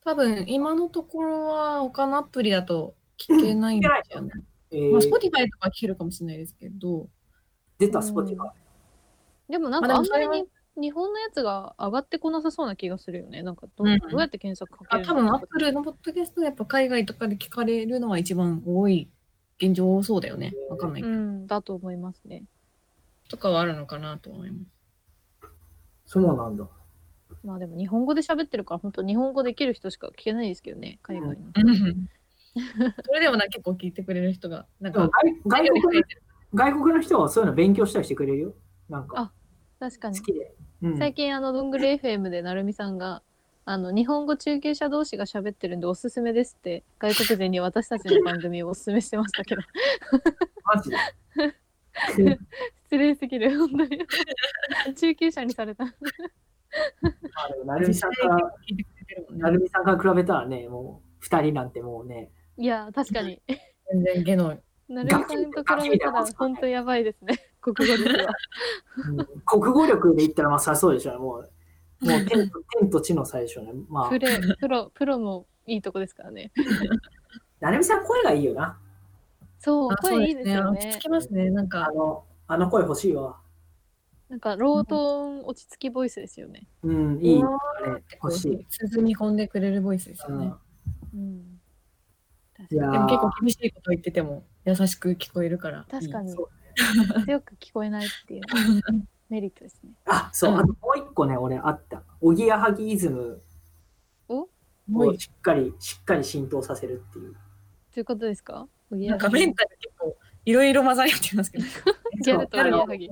S3: 多分今のところは他のアプリだと聞けないんですよね。
S2: え
S3: まあ、
S2: ー、
S3: Spotify とか聞けるかもしれないですけど、
S2: 出た、
S4: うん
S2: スポティファイ。
S4: でもなん
S3: ま
S4: か
S3: あ
S4: あ
S3: でも
S4: ん
S3: そ
S4: ま
S3: れ
S4: り
S3: は
S4: に日本のやつが上がってこなさそうな気がするよね。なんかど,、
S3: うん
S4: どうやって検索か
S3: あ
S4: ける
S3: 多
S4: の
S3: 分 Apple のポッドキャストはやっぱ海外とかで聞かれるのは一番多い、現状多そうだよね。わかんないけ
S4: う
S3: ど。
S4: ん、だと思いますね。
S3: とかはあるのかなと思います。
S2: そうなんだ。
S4: まあでも日本語で喋ってるから本当日本語できる人しか聞けないですけどね海外の、
S3: それでもな結構聞いてくれる人が、なん
S2: でも
S3: か、
S2: 外外国の外国の人はそういうの勉強したりしてくれるよ。なんか、
S4: あ確か
S2: 好
S4: に
S2: きで。うん、
S4: 最近あのどんぐり FM でなるみさんがあの日本語中級者同士が喋ってるんでおすすめですって外国人に私たちの番組をおすすめしてましたけど
S2: マジで。
S4: 失礼すぎる本当に中級者にされた
S2: まあでもなるみさんから、
S3: 聞いてくれてるもん
S2: な
S3: ね。
S2: るみさんから比べたらね、もう二人なんてもうね、
S4: いや確かに
S3: 全然芸能。
S4: なるみさんと比べたら本当やばいですね国語力は
S2: うん国語力で言ったらまあさそうでしょうね。もう、もう天と天と地の最初ね。ま
S4: プ
S2: あ、
S4: レプロプロもいいとこですからね
S2: なるみさん声がいいよな。
S4: そう
S3: あそう
S4: 声いいですよ
S3: 落ち
S4: ね
S3: 着きますね。なん
S2: あ
S3: か、
S2: の、あの声欲しいわ。
S4: なんかロートーン落ち着きボイスですよね
S2: うん、いい。
S3: うわ
S2: あれ、欲しい。
S3: 包み込んでくれるボイスです
S2: う
S3: よね
S2: ん。、
S4: うん確
S2: いや
S3: でも結構厳しいこと言ってても優しく聞こえるから。
S4: 確か
S3: に。
S4: に
S2: そ
S4: 強く聞こえないっていうメリットですね。
S2: あ、そう、
S3: うん
S2: あともう一個ね、俺あった。おぎやはぎイズムをしっかり、しっかり浸透させるっていう。
S4: ということですかおぎ
S3: な
S4: や
S3: んか
S4: は
S3: メ
S4: ぎ
S3: ン。タル結構いろいろ 混ざり合ってますけど。
S4: ギャルとおぎやはぎ。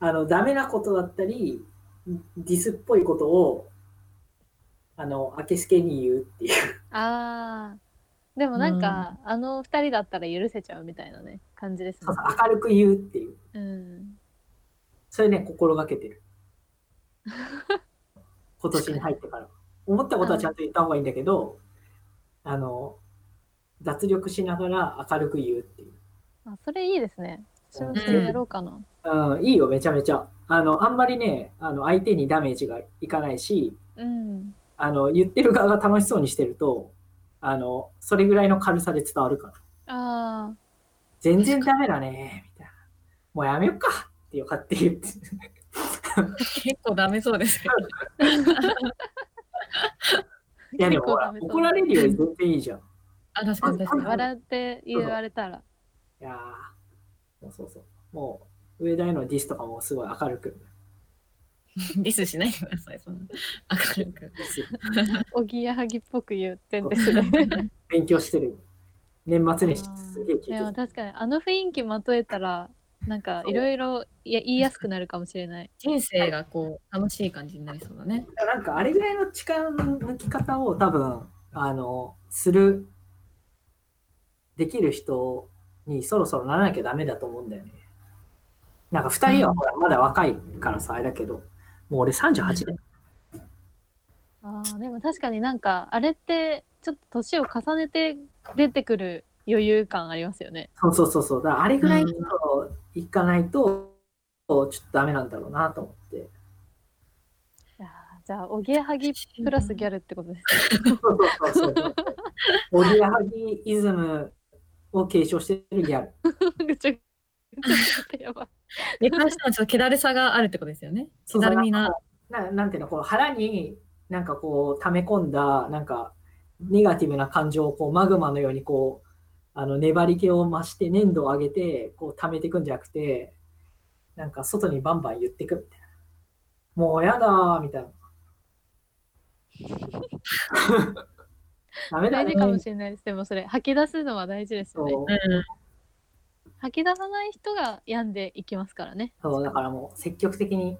S2: あの、ダメなことだったり、ディスっぽいことを、あの、明けすけに言うっていう。
S4: あーでもなんか、あの二人だったら許せちゃうみたいなね感じですね。
S2: 明るく言うっていう。
S4: うん、
S2: それね、心がけて る。今年に入ってから。思ったことはちゃんと言った方がいいんだけど、あの、脱力しながら明るく言うっていう。
S4: あそれいいですね。私もそれやろうかな。
S2: うん、いいよ、めちゃめちゃ。あの、あんまりね、あの、相手にダメージがいかないし、
S4: うん、
S2: あの、言ってる側が楽しそうにしてると、あの、それぐらいの軽さで伝わるから。
S4: ああ
S2: 全然ダメだね、みたいな。もうやめよっかってよかって言って。
S3: 結構ダメそうですけど。
S2: いやでもほら
S4: 結構ダメそう
S2: 怒られるより全然いいじゃん。い
S3: あ、確かに確かに。
S4: 笑って言われたら。
S2: やーそうそうそう。もう、上田へのディスとかもすごい明るく。
S3: ディスしないでください、そんな。明るく。
S4: おぎやはぎっぽく言ってんですね。
S2: 勉強してる。年末年始すげえ聞いて
S4: でも
S2: る。
S4: 確かにあの雰囲気まとえたらなんかいろいろいや言いやすくなるかもしれない。
S3: 人生がこう、楽しい感じになりそうだね。
S2: なんかあれぐらいの力の抜き方を多分、あの、する、できる人にそろそろならなきゃダメだと思うんだよね。なんか二人はほらまだ若いからさ、あれだけど、もう俺38年
S4: あーでも確かになんかあれってちょっと年を重ねて出てくる余裕感ありますよね。
S2: そうそうそうそう。だからあれぐらい
S3: うん
S2: ちょっといかないと、ちょっとダメなんだろうなと思って。
S4: いやーじゃあおぎやはぎプラスギャルってことですね。
S2: そうそうそうそう。オリアハギイズムを継承してるギャル。
S4: ぐ ちゃぐちゃやばい。
S3: で、関してはちょっと気だるさがあるってことですよね。気
S2: そうそう
S3: だるみな。
S2: ななんていうの、こう腹になんかこう溜め込んだ、なんかネガティブな感情をこうマグマのようにこう、あの粘り気を増して粘度を上げてこう溜めていくんじゃなくて、なんか外にバンバン言ってくみたいな。もうやだーみた いな。 ダメだ
S4: 大
S2: ね
S4: 事かもしれないです。でもそれ吐き出すのは大事ですよね。
S2: そう
S3: うん。
S4: 吐き出さない人が病んでいきますからね。
S2: そう、だからもう積極的に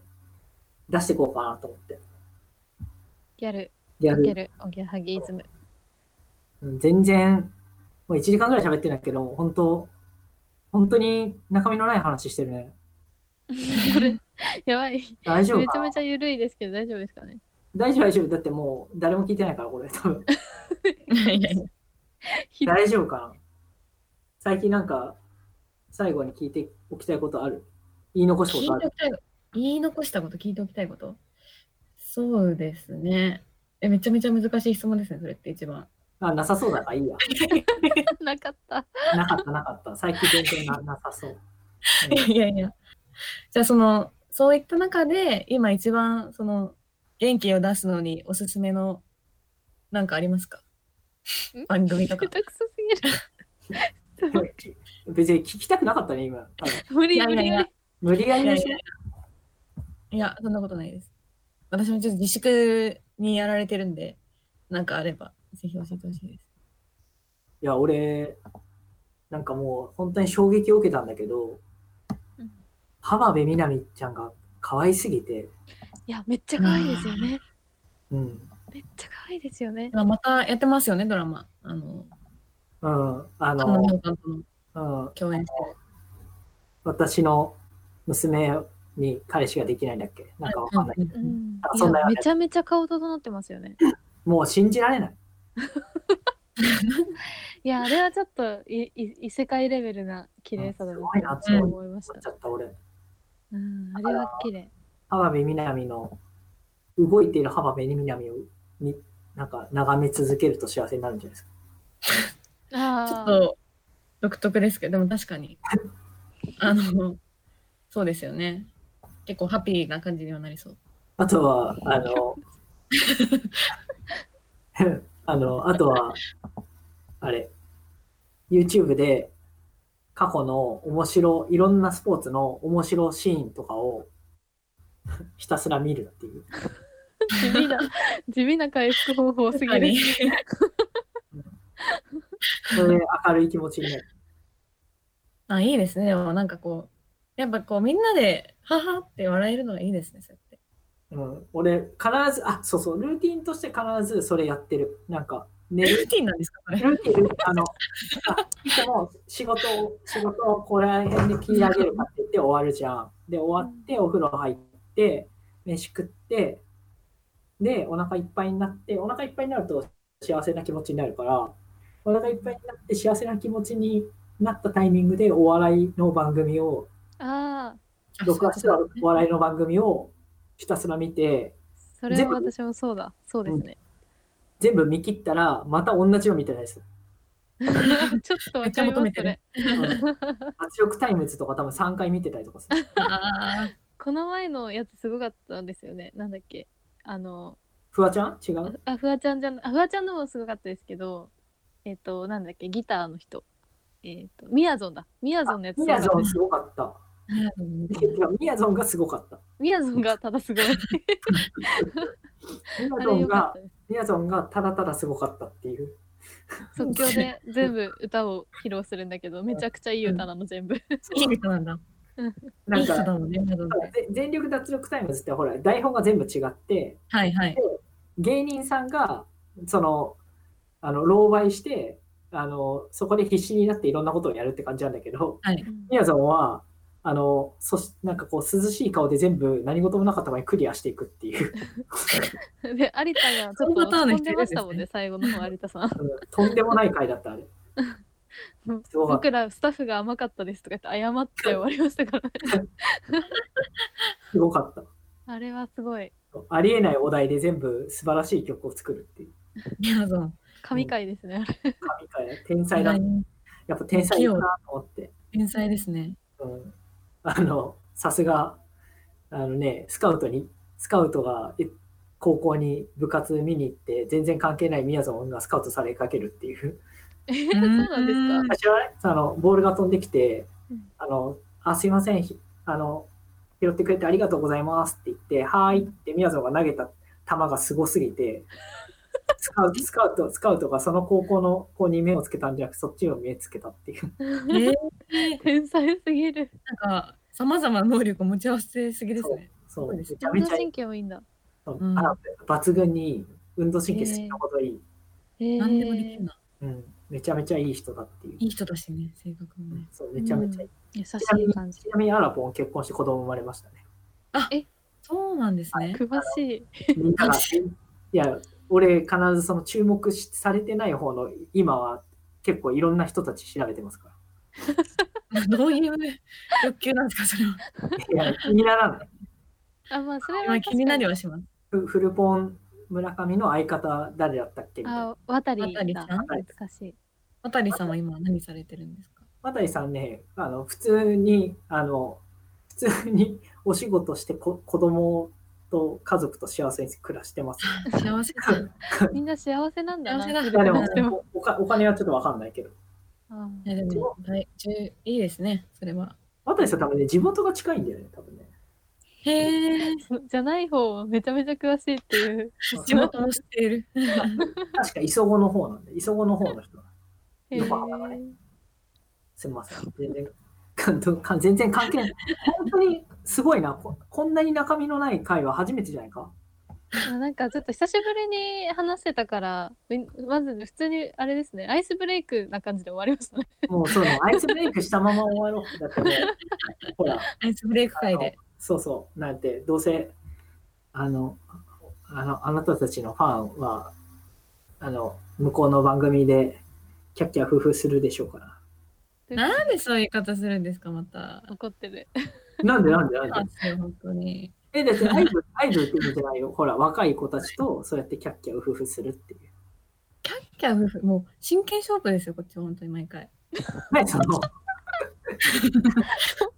S2: 出していこうかなと思って。
S4: ギャル、
S2: ギャ
S4: ギャ
S2: ル、
S4: ル、おぎやはぎイズム。
S2: うん全然、もう1時間ぐらい喋ってるんだけど、本当本当に中身のない話してるね。
S4: これやばい。
S2: 大丈夫
S4: め
S2: か
S4: ちゃ
S2: な
S4: めちゃ緩いですけど大丈夫ですかね。
S2: 大丈夫、大丈夫。だってもう誰も聞いてないから、これ、多分。
S3: いやいや
S4: ひどい
S2: 大丈夫かな最近なんか、最後に聞いておきたいことある言い残した
S3: 聞
S2: こ
S3: いて
S2: とあ
S3: お
S2: る
S3: きたいこと言い残したこと、聞いておきたいこと。そうですね。え、めちゃめちゃ難しい質問ですね、それって一番。
S2: あ、なさそうだからいいや。
S4: なかった。
S2: なかった、なかった。最近全然ななさそう。
S3: いやいや。じゃあ、その、そういった中で、今一番、その、元気を出すのにおすすめの、なんかありますか
S4: ん
S3: 番組と
S4: 下
S3: か。
S4: 手くそすぎる。
S2: うん別に聞きたくなかったね、今。多分
S4: 無
S3: い
S4: 理
S3: やい
S4: 無
S3: やい
S4: 理無
S3: や
S4: 理。
S2: 無理やりで
S3: い
S2: し
S3: や
S2: ょ
S3: いや、そんなことないです。私もちょっと自粛にやられてるんで、なんかあれば、ぜひ教えてほしいです。
S2: いや、俺、なんかもう本当に衝撃を受けたんだけど
S4: うん、
S2: 浜辺美波ちゃんが可愛すぎて、
S4: いやめっちゃ可愛いですよね。
S2: うん、
S4: めっちゃ可愛いですよね。
S3: 今またやってますよね、ドラマ。あの、
S2: うん、あ
S3: カノン
S2: の、
S3: さんとの
S2: うん、
S3: 共演してる。
S2: 私の娘に彼氏ができないんだっけなんかわかんない。
S3: うん
S4: うん
S2: あ
S4: い
S2: そんな
S4: や
S2: よね
S4: めちゃめちゃ顔整ってますよね。
S2: もう信じられない。
S4: いやあれはちょっといい異世界レベルな綺麗さだ
S2: す
S4: な
S2: ごいな
S4: と思いまし
S2: 思
S4: た
S2: っち。ゃった俺。
S4: うん、あれは綺麗。
S2: 浜辺美波の、動いている浜辺美波をみ、なんか眺め続けると幸せになるんじゃないですか。
S4: あ
S3: ちょっ
S4: ー
S3: と独特ですけど、でも確かに。あの、そうですよね。結構ハッピーな感じにはなりそう。
S2: あとは、あの、あの、あとは、あれ、YouTube で過去の面白、いろんなスポーツの面白シーンとかをひたすら見るっていう。
S4: 地味な地味な回復方法すぎ
S3: 確か
S4: る
S3: に。
S2: それで明るい気持ちになる。
S3: あ、いいですね。でもなんかこう、やっぱこうみんなで、ははって笑えるのがいいですね、そうやって。
S2: うん、俺、必ず、あ、そうそう、ルーティンとして必ずそれやってる。なんか、寝
S3: ル
S2: る
S3: ーティンなんですかこれ。
S2: ルーティン、あの、あいつも仕事を、仕事をここら辺で切り上げるかって言って終わるじゃん。で、終わってお風呂入って、飯食って、で、お腹いっぱいになって、お腹いっぱいになると幸せな気持ちになるから、お腹いっぱいになって幸せな気持ちになったタイミングでお笑いの番組を、
S4: ああ、
S2: 録画した
S3: あそう
S2: お笑いの番組をひたすら見て、
S4: それは私もそうだ。そうですね。
S2: 全部見切ったら、また同じのみたいです。
S4: ちょっとわかります、そ れ。
S2: うん圧力タイムズとか多分3回見てたりとかする。
S3: あー
S4: この前のやつすごかったんですよね。なんだっけ。あの、
S2: フワちゃん違う
S4: あ、フワちゃんじゃな、あフワちゃんのもすごかったですけど、えっ、と、なんだっけ、ギターの人。えっ、と、ミヤゾンだ。ミヤゾンのやつす
S2: ミ
S4: ごか
S2: ヤ
S4: った
S2: ゾンすごかった。 いやミヤゾンがすごかった。
S4: ミヤゾンがただすごい。
S2: ミヤゾ
S4: あれ
S2: ン
S4: よか
S2: が
S4: った、です。
S2: ミヤゾンがただただすごかったって いう。
S4: 即興で全部歌を披露するんだけど、めちゃくちゃいい歌なの、全部。
S3: いい人なんだ。
S2: ない
S3: い
S2: ん
S3: 人
S2: か、
S3: なのね。なるほどね
S2: ぜ全力脱力タイムズってほら、台本が全部違って、
S3: はいはい。
S2: 芸人さんが、その、あの、狼狽して、あの、そこで必死になっていろんなことをやるって感じなんだけど、
S3: はい。
S2: みやぞんは、あの、そし、なんかこう、涼しい顔で全部何事もなかった場合クリアしていくっていう、
S4: で、有田がちょっ
S3: そのパ
S4: と
S3: ターンの
S4: 飛
S3: 人
S4: んでましたも
S3: い
S4: んね、
S3: るんですね
S4: 最後の方、有田さん。
S2: とんでもない回だった、あれ。すごかった。
S4: 僕らスタッフが甘かったですとか言って謝って終わりましたからね。
S2: すごかった。
S4: あれはすごい。
S2: ありえないお題で全部素晴らしい曲を作るっていう。
S3: ミヤゾン。
S4: 神回ですね。
S2: 神回、天才だ。やっぱ天才だなと思って。
S3: 天才ですね。
S2: うん、あの、さすが、あのね、スカウトに、スカウトがえ高校に部活見に行って、全然関係ないみやぞんがスカウトされかけるっていう。
S4: えー、 そうなんですか
S3: うん
S2: あ知らないあのボールが飛んできて
S4: うん、
S2: あの、あ、すいません、ひあの、拾ってくれてありがとうございますって言って、はーいって、みやぞんが投げた球がすごすぎて、 スカウト、スカウト、スカウトがその高校の子に目をつけたんじゃなくて、そっちを目つけたっていう。
S3: え ー、
S4: 天才すぎる。
S3: なんか、さまざまな能力を持ち合わせすぎですね。
S2: そう、
S3: そう
S2: め
S3: です
S2: ちゃ
S4: 運
S2: め
S4: 動
S2: ちゃいい
S4: 神経もいいんだ。
S2: そう
S3: うん
S2: あ抜群にいい運動神経好きなこといい、
S4: えー、
S3: 何でもできるな。
S2: うん、めちゃめちゃいい人だっていう、
S3: いい人だしね、性格もね。
S2: そうめちゃめちゃいい、
S4: 優し
S2: ちなみ
S4: い感
S2: に
S4: じ
S2: ち。なみにアラポン結婚して子供生まれましたね
S3: そうなんですね。
S4: 詳しい。
S2: み んながいや俺必ずその注目しされてない方の今は結構いろんな人たち調べてますか
S3: どういう欲求なんですか、それは。
S2: らいや気にならない
S4: あ、まあ、それは
S3: まあ
S4: 確か
S3: 気になりはします。
S2: フフルポン村上の相方誰だったっけみたいな
S4: あ、渡り
S3: 渡
S4: だ。
S3: さん
S4: 懐かしい。
S3: 渡さんは今何されてるんですか
S2: 渡井さんねあの普通にあの普通に お仕事してこ子供と家族と幸せに暮ら してます
S3: 幸せだ。
S4: みんな幸せなんだ
S3: 幸
S4: な。
S3: せだ。
S2: いやで
S4: どうして
S2: もおおかお金はちょっとわかんないけど。
S4: あ
S3: いやでも、はい、十いいですね、それは。
S2: 渡さん多分ね、地元が近いんだよね、多分ね。
S3: へえ、
S4: じゃない方はめちゃめちゃ詳しいっ ていう。
S3: 地元も知っている。
S2: 確か磯子の方なんで、磯子の方の人。
S4: え
S2: よくわからないすみません。全然、関東関全然関係ない。本当にすごいなこ。こんなに中身のない会は初めてじゃないか。
S4: あなんかちょっと久しぶりに話してたから、みまず普通にあれですね、アイスブレイクな感じで終わりましたね。
S2: もうそうね、アイスブレイクしたまま終わろう。だってもう、ほら、
S3: アイスブレイク会で。
S2: そうそう。なんて、どうせ、あの、あの、あなたたちのファンは、あの、向こうの番組で、キャッキャフフするでしょうから。
S3: なんでそういう言い方するんですか、また。
S4: 怒ってる。
S2: なんでなんでなんで
S3: そうですよ、本当に。
S2: え、だってアイドル、アイドルって意味じゃないよ。ほら、若い子たちと、そうやってキャッキャウフフするっていう。
S3: キャッキャ夫婦、もう真剣勝負ですよ、こっちは本当に毎回。
S2: ね、その、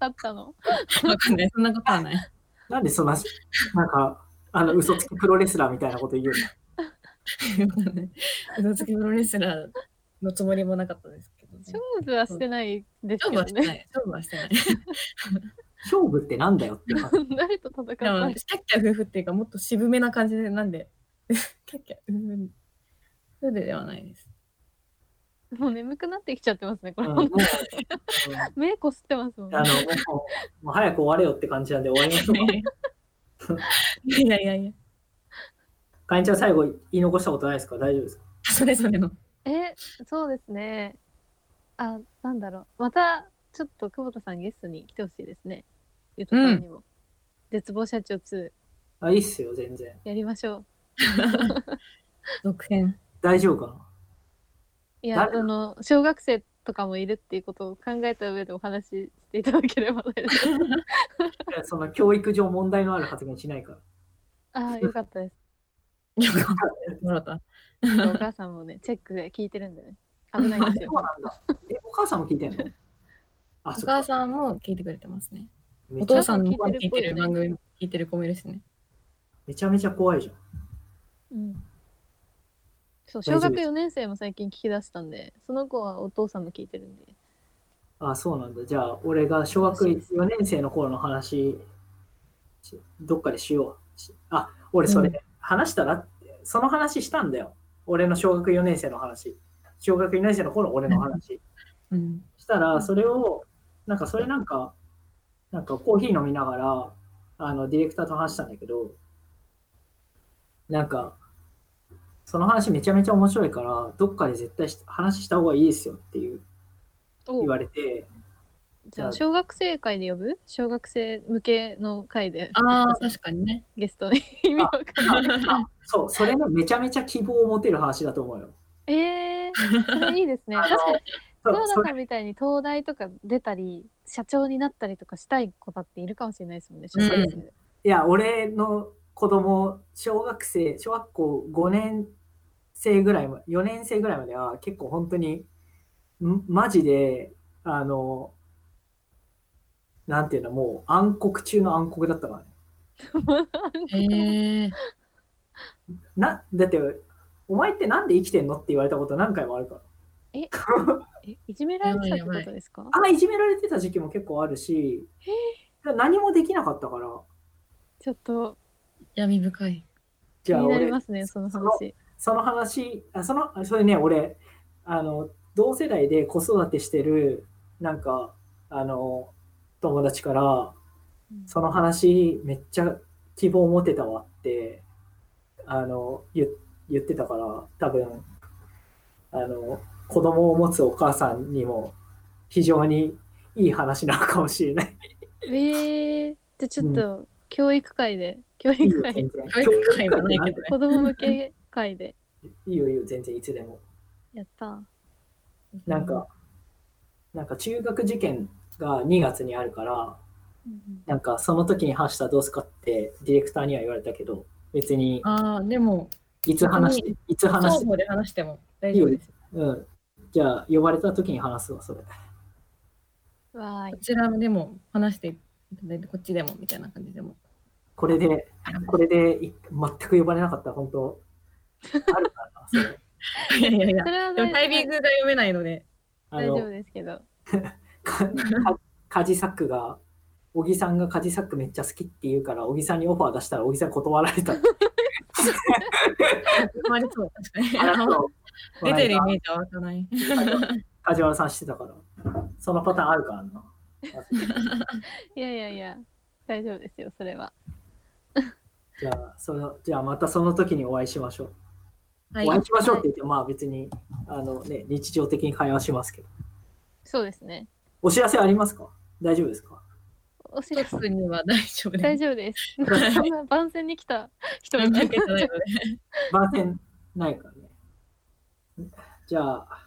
S4: あったの
S3: わかんない、そんなことはない。
S2: なんでそんな、なんか、あの、嘘つきプロレスラーみたいなこと言うの
S3: うつきプロレスラーのつもりもなかったですけどね。
S4: 勝負はしてないです
S3: 勝
S4: け
S3: 負はし
S4: ど
S3: て
S4: ね。
S3: ない。勝負はしてない。
S2: 勝負ってなんだよって話。
S4: 誰と戦っ
S3: で
S4: た
S3: も
S4: の
S3: キャッキャ夫婦っていうか、もっと渋めな感じで、なんで、 キャッキャ夫婦夫婦ではないです。
S4: もう眠くなってきちゃってますね、こ
S2: うん
S4: れ。、
S2: もう、
S4: 目こすってますもん
S2: うんあ。の、もう、もう早く終われよって感じなんで終わりましょうか。
S3: いやいやいや。
S2: かえんちゃん最後言い残したことないですか大丈夫ですか
S3: それぞれの。
S4: え、そうですね。あ、なんだろう。また、ちょっと久保田さんゲストに来てほしいですね。ゆとさんにも。絶望社長2
S2: あ、いいっすよ、全然。
S4: やりましょう。
S3: 独編。
S2: 大丈夫か
S4: いや、
S2: 誰だ
S4: あの、小学生とかもいるっていうことを考えた上でお話ししていただければ大丈 夫。
S2: ないやその教育上問題のある発言しないから。
S4: ああ、よかったです。
S3: よかった。もらった。
S4: お母さんもね、チェックで聞いてるんでね。危ないんですよ
S2: そう。なんだ。え、お母さんも聞いてんのあ、
S3: お
S2: そっ
S3: 母
S2: か。
S3: さんも聞いてくれてますね。
S2: め
S3: お
S2: ちゃ
S3: 父さんの方が聞いてる
S4: ちゃん
S3: 番
S4: と聞
S3: 組、聞
S4: いてるっぽいね
S3: いてる子もいるしね。
S2: めちゃめちゃ怖いじゃん。
S4: うん。そう、
S2: 大丈
S4: 小
S2: 夫
S4: 学
S2: です
S4: 4年生も最近聞き出したんで、その子はお父さんも聞いてるんで。
S2: あ、そうなんだ。じゃあ、俺が小学4年生の頃の話、しどっかでしようし。あ、俺それ、
S3: うん
S2: 話したらって、その話したんだよ。俺の小学4年生の話。小学4年生の頃の俺の話。
S3: うん。
S2: したら、それを、なんかそれなんか、なんかコーヒー飲みながら、あの、ディレクターと話したんだけど、なんか、その話めちゃめちゃ面白いから、どっかで絶対し話した方がいいですよっていう
S4: お
S2: 言われて、
S4: じゃあ、小学生会で呼ぶ小学生向けの会で
S3: ああ、確かに ね。
S4: ゲストに意味わかんない。
S2: そう、それのめちゃめちゃ希望を持てる話だと思うよ。
S4: ええー、それい いですね。
S2: あの
S4: 確かに、
S2: そう
S4: 黒
S2: そ
S4: 田
S2: れ
S4: さんみたいに東大とか出たり、社長になったりとかしたい子だっているかもしれないですもんね、小学生で。
S2: いや、俺の子供、小学生、小学校5年生ぐらいま、4年生ぐらいまでは結構本当に、んマジで、あの、なんていうの、もう暗黒中の暗黒だったからね。
S3: へえ。
S2: な、だって、お前ってなんで生きてんのって言われたこと何回もあるから。
S4: ええ、いじめられてたってことですか
S2: あ、いじめられてた時期も結構あるし、何もできなかったから、
S4: ちょっと
S3: 闇深い。
S4: 気
S2: じゃあ
S4: になり
S2: 俺、
S4: ますね、その
S2: その
S4: 話。
S2: その話、あその、あそれね、俺、あの、同世代で子育てしてる、なんか、あの、友達から、その話、めっちゃ希望持てたわって、あの、言言ってたから、多分、あの、子供を持つお母さんにも、非常にいい話なのかもしれない。
S4: ええー、じゃあちょっと、教育会で、教
S2: いい
S4: 育
S2: よ、
S4: 会
S2: 全然。
S3: 教育会はないけどね。
S4: 子供向け会で。
S2: いいよ、いいよ、全然いつでも。
S4: やったー。
S2: なんか、なんか中学受験が2月にあるから、なんかその時に話したらどうすかってディレクターには言われたけど、別に
S3: ああ、でも、
S2: いつ話して、いつ話
S3: 双
S2: して、
S3: 方で話しても大丈夫です。
S2: うん。じゃあ呼ばれた時に話すわ、それ。
S4: わー
S3: こちらでも話していただいて、こっちでもみたいな感じでも。
S2: これで、これでい全く呼ばれなかったら本当、あるからな、そ れ。
S3: いやいやい
S4: い。
S3: や
S4: そ。れは
S3: でもタイミン
S4: 大
S3: グが読めないの で。
S2: あ
S4: 大丈夫
S2: の、
S4: ですけど。
S2: かかカジサックが、小木さんがカジサックめっちゃ好きって言うから、小木さんにオファー出したら小木さん断られ た。
S3: まりそう、確かに。
S2: あの
S3: 出てるイメージは湧かない。
S2: 梶原さんしてたから。そのパターンあるからな。
S4: いやいやいや、大丈夫ですよ、それは。
S2: じゃあ、そのじゃあまたその時にお会いしましょう。
S3: はい
S2: お会いしましょうって言って、まあ別にあの、ね、日常的に会話しますけど。
S4: そうですね。
S2: お知らせありますか大丈夫ですか
S4: お知
S3: シェ
S4: らせ
S3: フには大丈夫です。
S4: 大丈夫 です。そんな番宣に来た人みたい
S3: 関係
S4: な
S3: ないので。
S2: 番宣ないからね。じゃあ、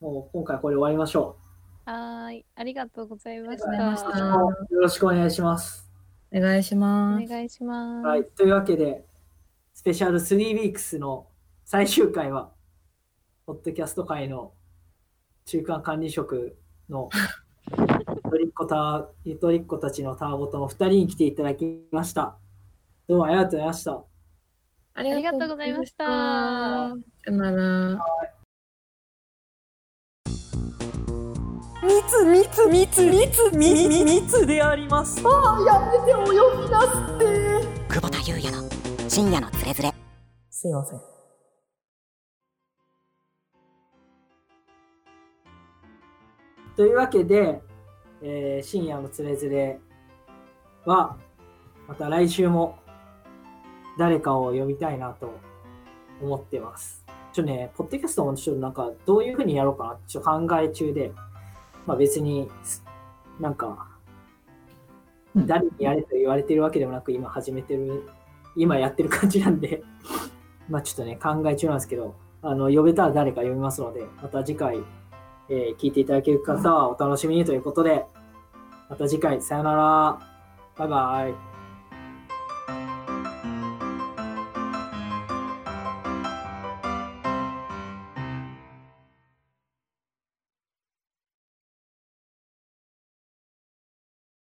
S2: もう今回これ終わりましょ
S4: はーい、ありがとうございまし
S2: あり
S3: がとうご
S4: た
S3: ざい。ま
S2: う。
S3: し
S2: よろしくお願いします。
S3: お願いし
S4: お
S3: ます。
S4: 願いします。
S2: はい、というわけで、スペシャル3ウィークスの最終回は、ポッドキャスト界の中間管理職のゆとりっ子たゆとりっ子たちのターボとの2人に来ていただきました。どうもありがとうございました。
S3: あ
S4: りがとうございました
S3: さよなら。
S1: 密密密密密密密でありますああやめてお呼びなすって
S5: 久保田優也の深夜のつれづれ
S2: すいません。というわけで、えー深夜のつれづれは、また来週も誰かを呼びたいなと思ってます。ちょっとね、ポッドキャストもちょっとなんか、どういうふうにやろうかなってちょっと考え中で、まあ別に、すなんか、
S3: うん
S2: 誰にやれと言われてるわけでもなく、今始めてる、今やってる感じなんで、 まあちょっとね、考え中なんですけど、あの、呼べたら誰か呼びますので、また次回、えー聞いていただける方はお楽しみにということで、また次回、さよなら。バイバイ。